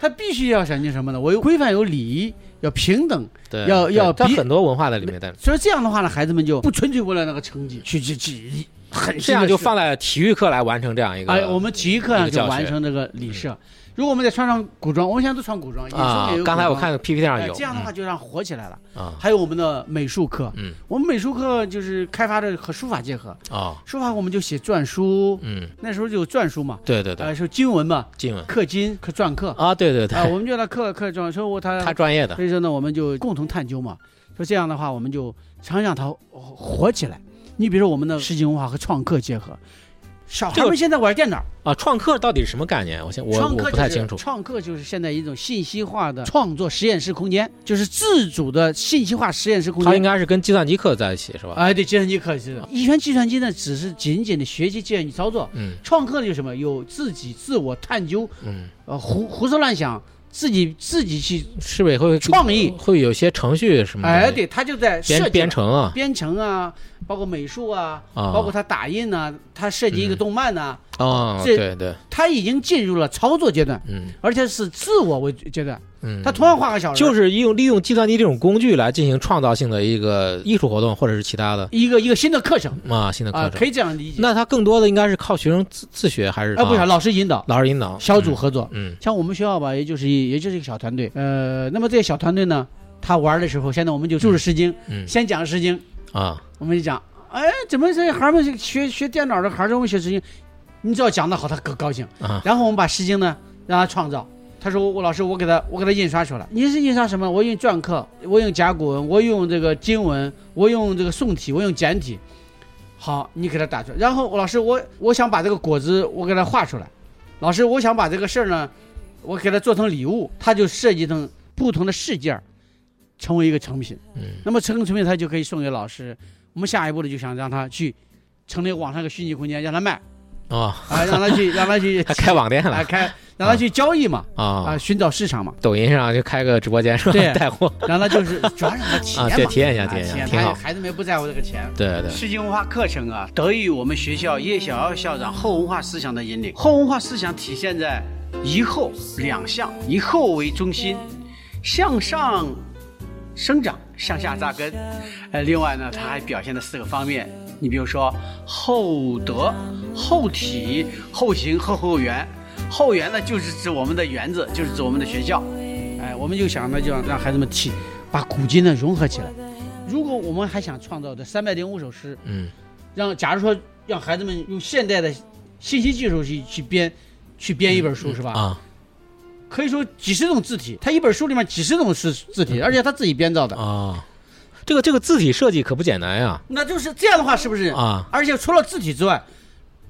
Speaker 1: 他必须要想尽什么呢？我有规范，有礼仪，要平等。
Speaker 2: 对，
Speaker 1: 要
Speaker 2: 对
Speaker 1: 要
Speaker 2: 它
Speaker 1: 逼
Speaker 2: 很多文化在里面的，
Speaker 1: 所以这样的话呢，孩子们就不纯粹为了那个成绩去去去，很
Speaker 2: 这样就。放在体育课来完成这样一个。
Speaker 1: 哎，我们体育课上
Speaker 2: 一个
Speaker 1: 就
Speaker 2: 教学嗯
Speaker 1: 完成这个礼社。如果我们再穿上古装，我们现在都穿古装，也
Speaker 2: 啊
Speaker 1: 也有，古
Speaker 2: 刚才我
Speaker 1: 装
Speaker 2: 看 PPT 上
Speaker 1: 哎
Speaker 2: 有
Speaker 1: 这样的话就让火起来了。
Speaker 2: 嗯啊
Speaker 1: 还有我们的美术课，
Speaker 2: 嗯
Speaker 1: 我们美术课就是开发的和书法结合，
Speaker 2: 啊
Speaker 1: 书法我们就写篆书，
Speaker 2: 嗯，
Speaker 1: 那时候就有篆书嘛，
Speaker 2: 对对对，
Speaker 1: 呃，是金文嘛，
Speaker 2: 经文
Speaker 1: 刻金、刻篆刻
Speaker 2: 啊，对 对对
Speaker 1: 啊，，我们就让刻刻篆，说我他
Speaker 2: 他 专业的
Speaker 1: 所以说呢，我们就共同探究嘛。说这样的话，我们就常让它活起来。你比如说我们的诗经文化和创客结合，小
Speaker 2: 这
Speaker 1: 孩
Speaker 2: 个
Speaker 1: 们现在玩电脑，
Speaker 2: 啊，创客到底是什么概念？我先我
Speaker 1: 创
Speaker 2: 我
Speaker 1: 客
Speaker 2: 不
Speaker 1: 就是
Speaker 2: 太清楚
Speaker 1: 创客就是现在一种信息化的创作实验室空间，就是自主的信息化实验室空
Speaker 2: 它应
Speaker 1: 间。
Speaker 2: 该是跟计算机课在一起是吧？
Speaker 1: 哎，对，计算机课是的。以前计算机呢，只是仅仅的学习计算机操作，
Speaker 2: 嗯
Speaker 1: 创客呢有什么？有自己自我探究，
Speaker 2: 嗯，
Speaker 1: 呃，胡胡思乱想，自己自己去，
Speaker 2: 是不是也会
Speaker 1: 创意
Speaker 2: 会有些程序什么的？
Speaker 1: 哎，对，他就在设计
Speaker 2: 编编
Speaker 1: 了
Speaker 2: 程啊
Speaker 1: 编程啊，包括美术啊，
Speaker 2: 啊嗯
Speaker 1: 包括他打印呐、他设计一个动漫呐、
Speaker 2: 啊，
Speaker 1: 这
Speaker 2: 对对，
Speaker 1: 他已经进入了操作阶段，
Speaker 2: 嗯
Speaker 1: 而且是自我为阶段。
Speaker 2: 嗯，
Speaker 1: 他同样画个小人，
Speaker 2: 就是用利用计算机这种工具来进行创造性的一个艺术活动，或者是其他的
Speaker 1: 一个一个新的课程
Speaker 2: 啊新的
Speaker 1: 啊、
Speaker 2: 课程
Speaker 1: 可。以这样理解。
Speaker 2: 那它更多的应该是靠学生自自学，还是
Speaker 1: 啊，不是
Speaker 2: 啊
Speaker 1: 老师引导，
Speaker 2: 老师引导
Speaker 1: 小组？合作。
Speaker 2: 嗯
Speaker 1: 像我们学校吧，也就是一也就是一个小团队。呃，那么这些小团队呢，他玩的时候，现在我们就注释《诗经》
Speaker 2: 嗯
Speaker 1: 先讲《诗经》，
Speaker 2: 嗯啊
Speaker 1: 我们就讲哎，怎么这孩儿们学学电脑的孩儿怎么学《诗经》？你只要讲得好，他高高兴。
Speaker 2: 啊
Speaker 1: 然后我们把《诗经》呢让他创造。他说：“我老师，我给他，我给他印刷出来。你是印刷什么？我用篆刻，我用甲骨文，我用这个金文，我用这个宋体，我用简体。好，你给他打出来。然后我老师，我我想把这个果子，我给他画出来。老师，我想把这个事儿呢，我给他做成礼物，他就设计成不同的事件儿，成为一个成品。
Speaker 2: 嗯
Speaker 1: 那么成功成品它就可以送给老师。我们下一步呢，就想让他去成立网上一个虚拟空间，让他卖
Speaker 2: 哦，
Speaker 1: 啊，让他去，让他去
Speaker 2: 还开网店了
Speaker 1: 啊 开，让他去交易嘛
Speaker 2: 啊
Speaker 1: 啊，！寻找市场嘛，
Speaker 2: 抖音上就开个直播间是吧
Speaker 1: 对？
Speaker 2: 带货，
Speaker 1: 让他就是主要让他体验
Speaker 2: 啊
Speaker 1: 嘛，
Speaker 2: 对体验一下
Speaker 1: 啊
Speaker 2: 体验一下
Speaker 1: 体验，
Speaker 2: 挺好
Speaker 1: 他孩子们也不在乎这个钱。
Speaker 2: 对对，
Speaker 3: 世界文化课程啊，得益于我们学校叶小耀校长后文化思想的引领。后文化思想体现在一后两项，以后为中心，向上生长，向下扎根。呃，另外呢，它还表现了四个方面，你比如说厚德、厚体、后行和后园。后园呢，就是指我们的园子，就是指我们的学校。
Speaker 1: 哎，我们就想呢，就让让孩子们体把古今呢融合起来。如果我们还想创造的三百零五首诗，
Speaker 2: 嗯
Speaker 1: 让假如说让孩子们用现代的信息技术去去编，去编一本书是吧？
Speaker 2: 啊
Speaker 1: 可以说几十种字体，他一本书里面几十种是字体，而且他自己编造的，
Speaker 2: 啊，这个这个字体设计可不简单呀
Speaker 1: 那就是这样的话，是不是？
Speaker 2: 啊，
Speaker 1: 而且除了字体之外，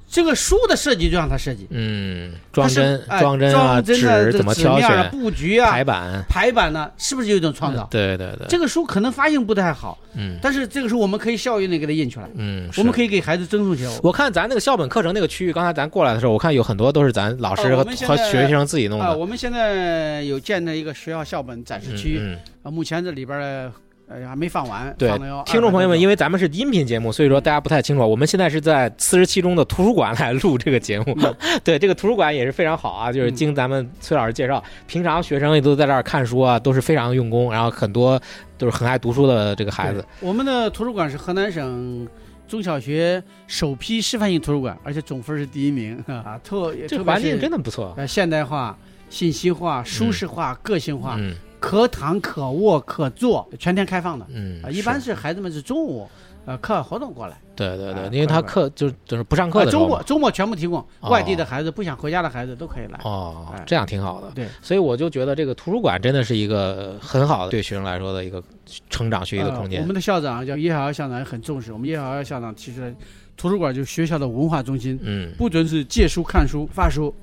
Speaker 1: 这个书的设计就让他设计，
Speaker 2: 嗯，
Speaker 1: 它
Speaker 2: 装
Speaker 1: 是
Speaker 2: 帧
Speaker 1: 哎
Speaker 2: 装帧啊，
Speaker 1: 装帧啊，
Speaker 2: 纸
Speaker 1: 这
Speaker 2: 怎么
Speaker 1: 纸
Speaker 2: 挑
Speaker 1: 面啊
Speaker 2: 选，
Speaker 1: 布局啊，
Speaker 2: 排
Speaker 1: 排
Speaker 2: 版，
Speaker 1: 版呢、啊是不是有一种创造？
Speaker 2: 对对对，
Speaker 1: 这个书可能发行不太好，
Speaker 2: 嗯
Speaker 1: 但是这个书我们可以校运的给它印出来，
Speaker 2: 嗯，
Speaker 1: 我们
Speaker 2: 以。
Speaker 1: 可以给孩子赠送起来。
Speaker 2: 我看咱那个校本课程那个区域，刚才咱过来的时候，我看有很多都是咱老师
Speaker 1: 哦
Speaker 2: 和
Speaker 1: 我们现
Speaker 2: 和
Speaker 1: 在
Speaker 2: 学生自己弄
Speaker 1: 啊，
Speaker 2: 的。
Speaker 1: 我们现在有建的一个学校校本展示区，
Speaker 2: 嗯，嗯
Speaker 1: 啊，目前这里边儿呃还没放完，
Speaker 2: 对
Speaker 1: 放了啊要，
Speaker 2: 听众朋友们，因
Speaker 1: 为
Speaker 2: 为咱们是音频节目，所以说大家不太清楚。我们现在是在四十七中的图书馆来录这个节目，
Speaker 1: 嗯
Speaker 2: 对，这个图书馆也是非常好啊，就是经咱们崔老师介绍，平常学生也都在这儿看书啊，都是非常用功，然后很多都是很爱读书的这个孩子。
Speaker 1: 我们的图书馆是河南省。中小学首批示范性图书馆，而且总分是第一名啊！特
Speaker 2: 嗯这
Speaker 1: 特别
Speaker 2: 环
Speaker 1: 是
Speaker 2: 境真的不错，
Speaker 1: 呃，现代化、信息化、舒适化、个性化，
Speaker 2: 嗯
Speaker 1: 可躺可卧可坐，全天开放的。
Speaker 2: 嗯
Speaker 1: 啊，，一般是孩子们是中午，呃，课外活动过来，
Speaker 2: 对对对
Speaker 1: 啊，
Speaker 2: 因为
Speaker 1: 快
Speaker 2: 他
Speaker 1: 快
Speaker 2: 课就就是不上课
Speaker 1: 啊，
Speaker 2: 的时
Speaker 1: 周
Speaker 2: 候嘛
Speaker 1: 末周末全部提供，外地的孩子不想回家的孩子都可以来。
Speaker 2: 哦
Speaker 1: 哎，
Speaker 2: 这样挺好的。
Speaker 1: 对，
Speaker 2: 所以我就觉得这个图书馆真的是一个很好的对学生来说的一个成长学习的空
Speaker 1: 呃
Speaker 2: 间
Speaker 1: 我。们的校长叫叶小耀校长也很重视，我们叶小耀校长提出来，图书馆就是学校的文化中心，
Speaker 2: 嗯，
Speaker 1: 不准是借书、看书、发书，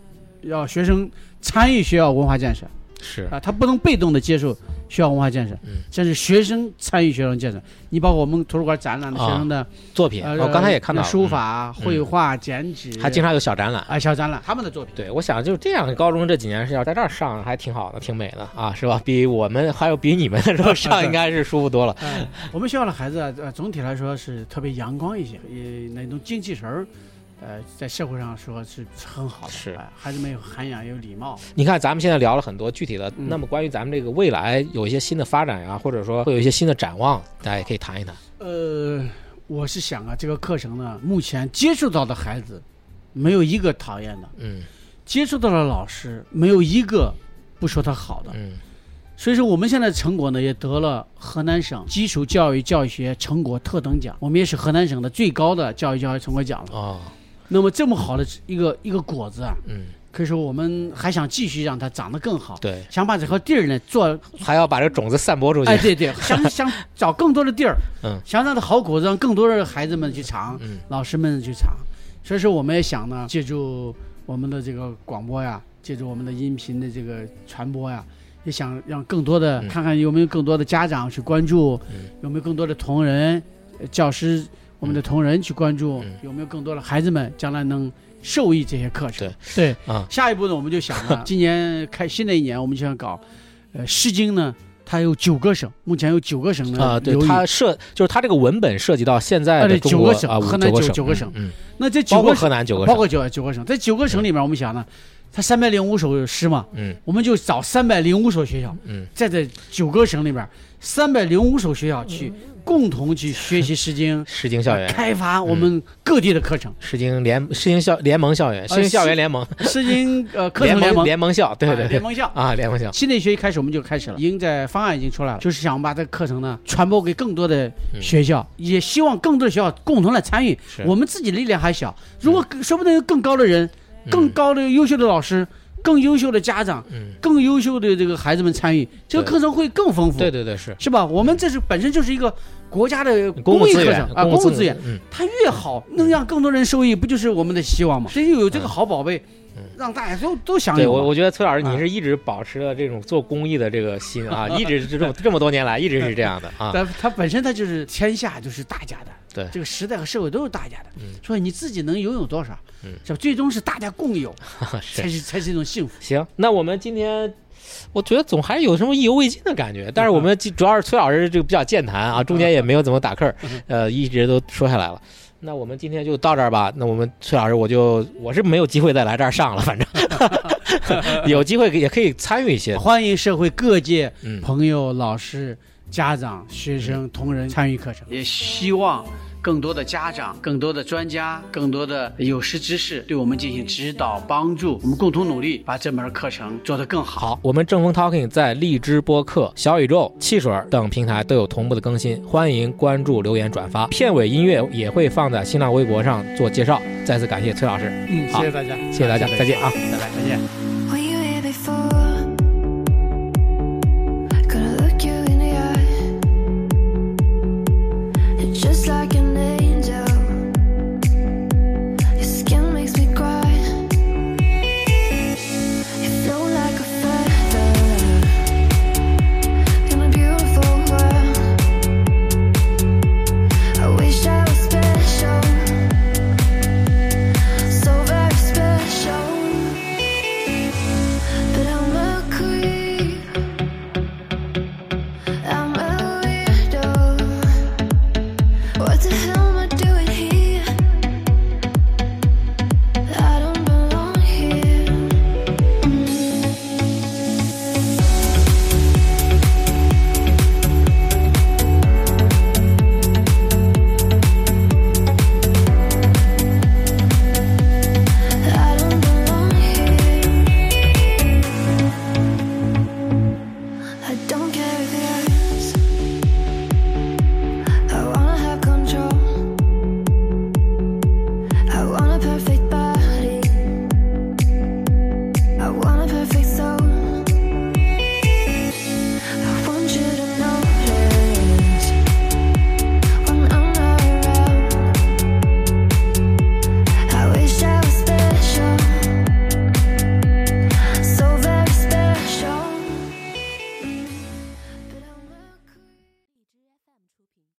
Speaker 1: 要学生参与学校文化建设。
Speaker 2: 是，
Speaker 1: 啊，他不能被动的接受学校文化建设
Speaker 2: 嗯，
Speaker 1: 这是学生参与学校建设。你包括我们图书馆展览的学生的，
Speaker 2: 作品，
Speaker 1: 呃，
Speaker 2: 我刚啊才也看到了
Speaker 1: 书，法、
Speaker 2: 嗯
Speaker 1: 绘画、剪纸，
Speaker 2: 嗯还经常有小展览。
Speaker 1: 啊小展览他们的作品。
Speaker 2: 对，我想就这样，高中这几年是要在这儿上，还挺好的，挺美的啊，是吧？比我们还有比你们那时候上应该是舒服多了。
Speaker 1: 哎，我们学校的孩子啊，呃，总体来说是特别阳光一些，也那种精气神儿，呃，在社会上说是很好的。
Speaker 2: 是
Speaker 1: 哎孩子们有涵养，有礼貌。
Speaker 2: 你看，咱们现在聊了很多具体的，
Speaker 1: 嗯
Speaker 2: 那么关于咱们这个未来有一些新的发展啊，或者说会有一些新的展望，大家也可以谈一谈。
Speaker 1: 呃，我是想啊，这个课程呢，目前接触到的孩子，没有一个讨厌的。
Speaker 2: 嗯
Speaker 1: 接触到了老师，没有一个不说他好的。
Speaker 2: 嗯
Speaker 1: 所以说，我们现在成果呢，也得了河南省基础教育教学成果特等奖，我们也是河南省的最高的教育教学成果奖了。
Speaker 2: 哦
Speaker 1: 那么这么好的一个一个果子啊，
Speaker 2: 嗯，
Speaker 1: 可以说我们还想继续让它长得更好，
Speaker 2: 对，
Speaker 1: 想把这块地儿呢做，
Speaker 2: 还要把这个种子散播出去。
Speaker 1: 哎，对对，想 想找更多的地儿，
Speaker 2: 嗯
Speaker 1: 想让它好果子让更多的孩子们去尝，
Speaker 2: 嗯
Speaker 1: 老师们去尝。所以说，我们也想呢，借助我们的这个广播呀，借助我们的音频的这个传播呀，也想让更多的、
Speaker 2: 嗯
Speaker 1: 看看有没有更多的家长去关注，
Speaker 2: 嗯
Speaker 1: 有没有更多的同仁、呃教师，我们的同仁去关注，
Speaker 2: 嗯
Speaker 1: 有没有更多的孩子们将来能受益这些课程。对
Speaker 2: 啊
Speaker 1: 下一步呢，我们就想 了，今年开新的一年，我们就想搞，呃，《诗经》呢，它有九个省，目嗯前有九个省呢
Speaker 2: 啊，对，
Speaker 1: 流域
Speaker 2: 它涉就是它这个文本涉及到现在
Speaker 1: 啊
Speaker 2: 的
Speaker 1: 对
Speaker 2: 中
Speaker 1: 九
Speaker 2: 国
Speaker 1: 个省
Speaker 2: 啊，五
Speaker 1: 河南
Speaker 2: 个
Speaker 1: 九
Speaker 2: 省，
Speaker 1: 九个
Speaker 2: 嗯
Speaker 1: 省
Speaker 2: 嗯，
Speaker 1: 那这九
Speaker 2: 包括
Speaker 1: 个
Speaker 2: 河南九个
Speaker 1: 包
Speaker 2: 省，
Speaker 1: 括九九个省，在九个省里面，我们想呢，它三百零五首诗嘛，
Speaker 2: 嗯
Speaker 1: 我们就找三百零五所学校，
Speaker 2: 嗯
Speaker 1: 在这九个省里边三百零五所学校去共同去学习《诗经》
Speaker 2: 诗经 校园，嗯
Speaker 1: 开发我们各地的课 程，
Speaker 2: 诗经联诗经校联盟校园，诗经
Speaker 1: 呃
Speaker 2: 校园联盟
Speaker 1: 《诗经》呃课
Speaker 2: 联
Speaker 1: 程联
Speaker 2: 盟
Speaker 1: 盟，
Speaker 2: 联盟校，对
Speaker 1: 哎
Speaker 2: 对嗯
Speaker 1: 联
Speaker 2: 对
Speaker 1: 盟校。
Speaker 2: 啊，联盟校，
Speaker 1: 新的一学期开始，我们就开始了，已经在方案已经出来了，就是想把这个课程呢传播给更多的
Speaker 2: 嗯
Speaker 1: 学校，也希望更多的学校共同来参与。
Speaker 2: 是
Speaker 1: 我们自己力量还小，如果说不定有更高的人、
Speaker 2: 嗯
Speaker 1: 更高的优秀的老师、更优秀的家长、
Speaker 2: 嗯，
Speaker 1: 更优秀的这个孩子们参与，这个
Speaker 2: 对
Speaker 1: 课程会更丰富，
Speaker 2: 嗯对对对是
Speaker 1: 是吧？我们这是本身就是一个国家的
Speaker 2: 公
Speaker 1: 公
Speaker 2: 共
Speaker 1: 益
Speaker 2: 资
Speaker 1: 课
Speaker 2: 源
Speaker 1: 程啊，公共资源，，
Speaker 2: 嗯
Speaker 1: 它越好，能让更多人受益，不就是我们的希望吗？谁有这个好宝贝
Speaker 2: 嗯，
Speaker 1: 让大家都都享
Speaker 2: 对
Speaker 1: 有
Speaker 2: 我，
Speaker 1: 嘛。
Speaker 2: 我觉得崔老师，
Speaker 1: 啊
Speaker 2: 你是一直保持了这种做公益的这个心 啊，一直这么这么多年来，一直是这样的啊。
Speaker 1: 它它本身它就是天下就是大家的，
Speaker 2: 对
Speaker 1: 这个时代和社会都是大家的
Speaker 2: 嗯，
Speaker 1: 所以你自己能拥有多少
Speaker 2: 嗯，
Speaker 1: 是吧？最终是大家共有，
Speaker 2: 是
Speaker 1: 才是才是一种幸福。
Speaker 2: 行，那我们今天。我觉得总还是有什么意犹未尽的感觉，但是我
Speaker 1: 嗯
Speaker 2: 们主要是崔老师这个比较健谈啊，中间也没有怎么打嗝，
Speaker 1: 嗯
Speaker 2: 呃，一直都说下来了。那我们今天就到这儿吧。那我们崔老师，我就我是没有机会再来这儿上了，反正 有机会也可以参与一
Speaker 3: 嗯
Speaker 2: 些。
Speaker 1: 欢迎社会各界
Speaker 2: 嗯，
Speaker 1: 朋友、老师、家长、学生、同仁参与课程。
Speaker 3: 嗯也希望更多的家长、更多的专家、更多的有识之士对我们进行指导帮助，我们共同努力，把这门课程做得更好。
Speaker 2: 好，我们正风 Talking 在荔枝播客、小宇宙、汽水等平台都有同步的更新，欢迎关注、留言、转发。片尾音乐也会放在新浪微博上做介绍。再次感谢崔老师，
Speaker 1: 嗯，谢谢大家，
Speaker 2: 谢谢大家，再见啊。
Speaker 1: 拜拜，再见。
Speaker 4: Were you here before? Gonna look you in the eye. You're just like an angel. Your skin makes me cry. You flow like a feather in a beautiful world. I wish I was special, so very special. But I'm a queen. I'm a weirdo. What the hell am I doing here? I don't belong here. I don't belong here. I don't care if it hurts. I wanna have control. I want a perfect body. I want a perfect soul.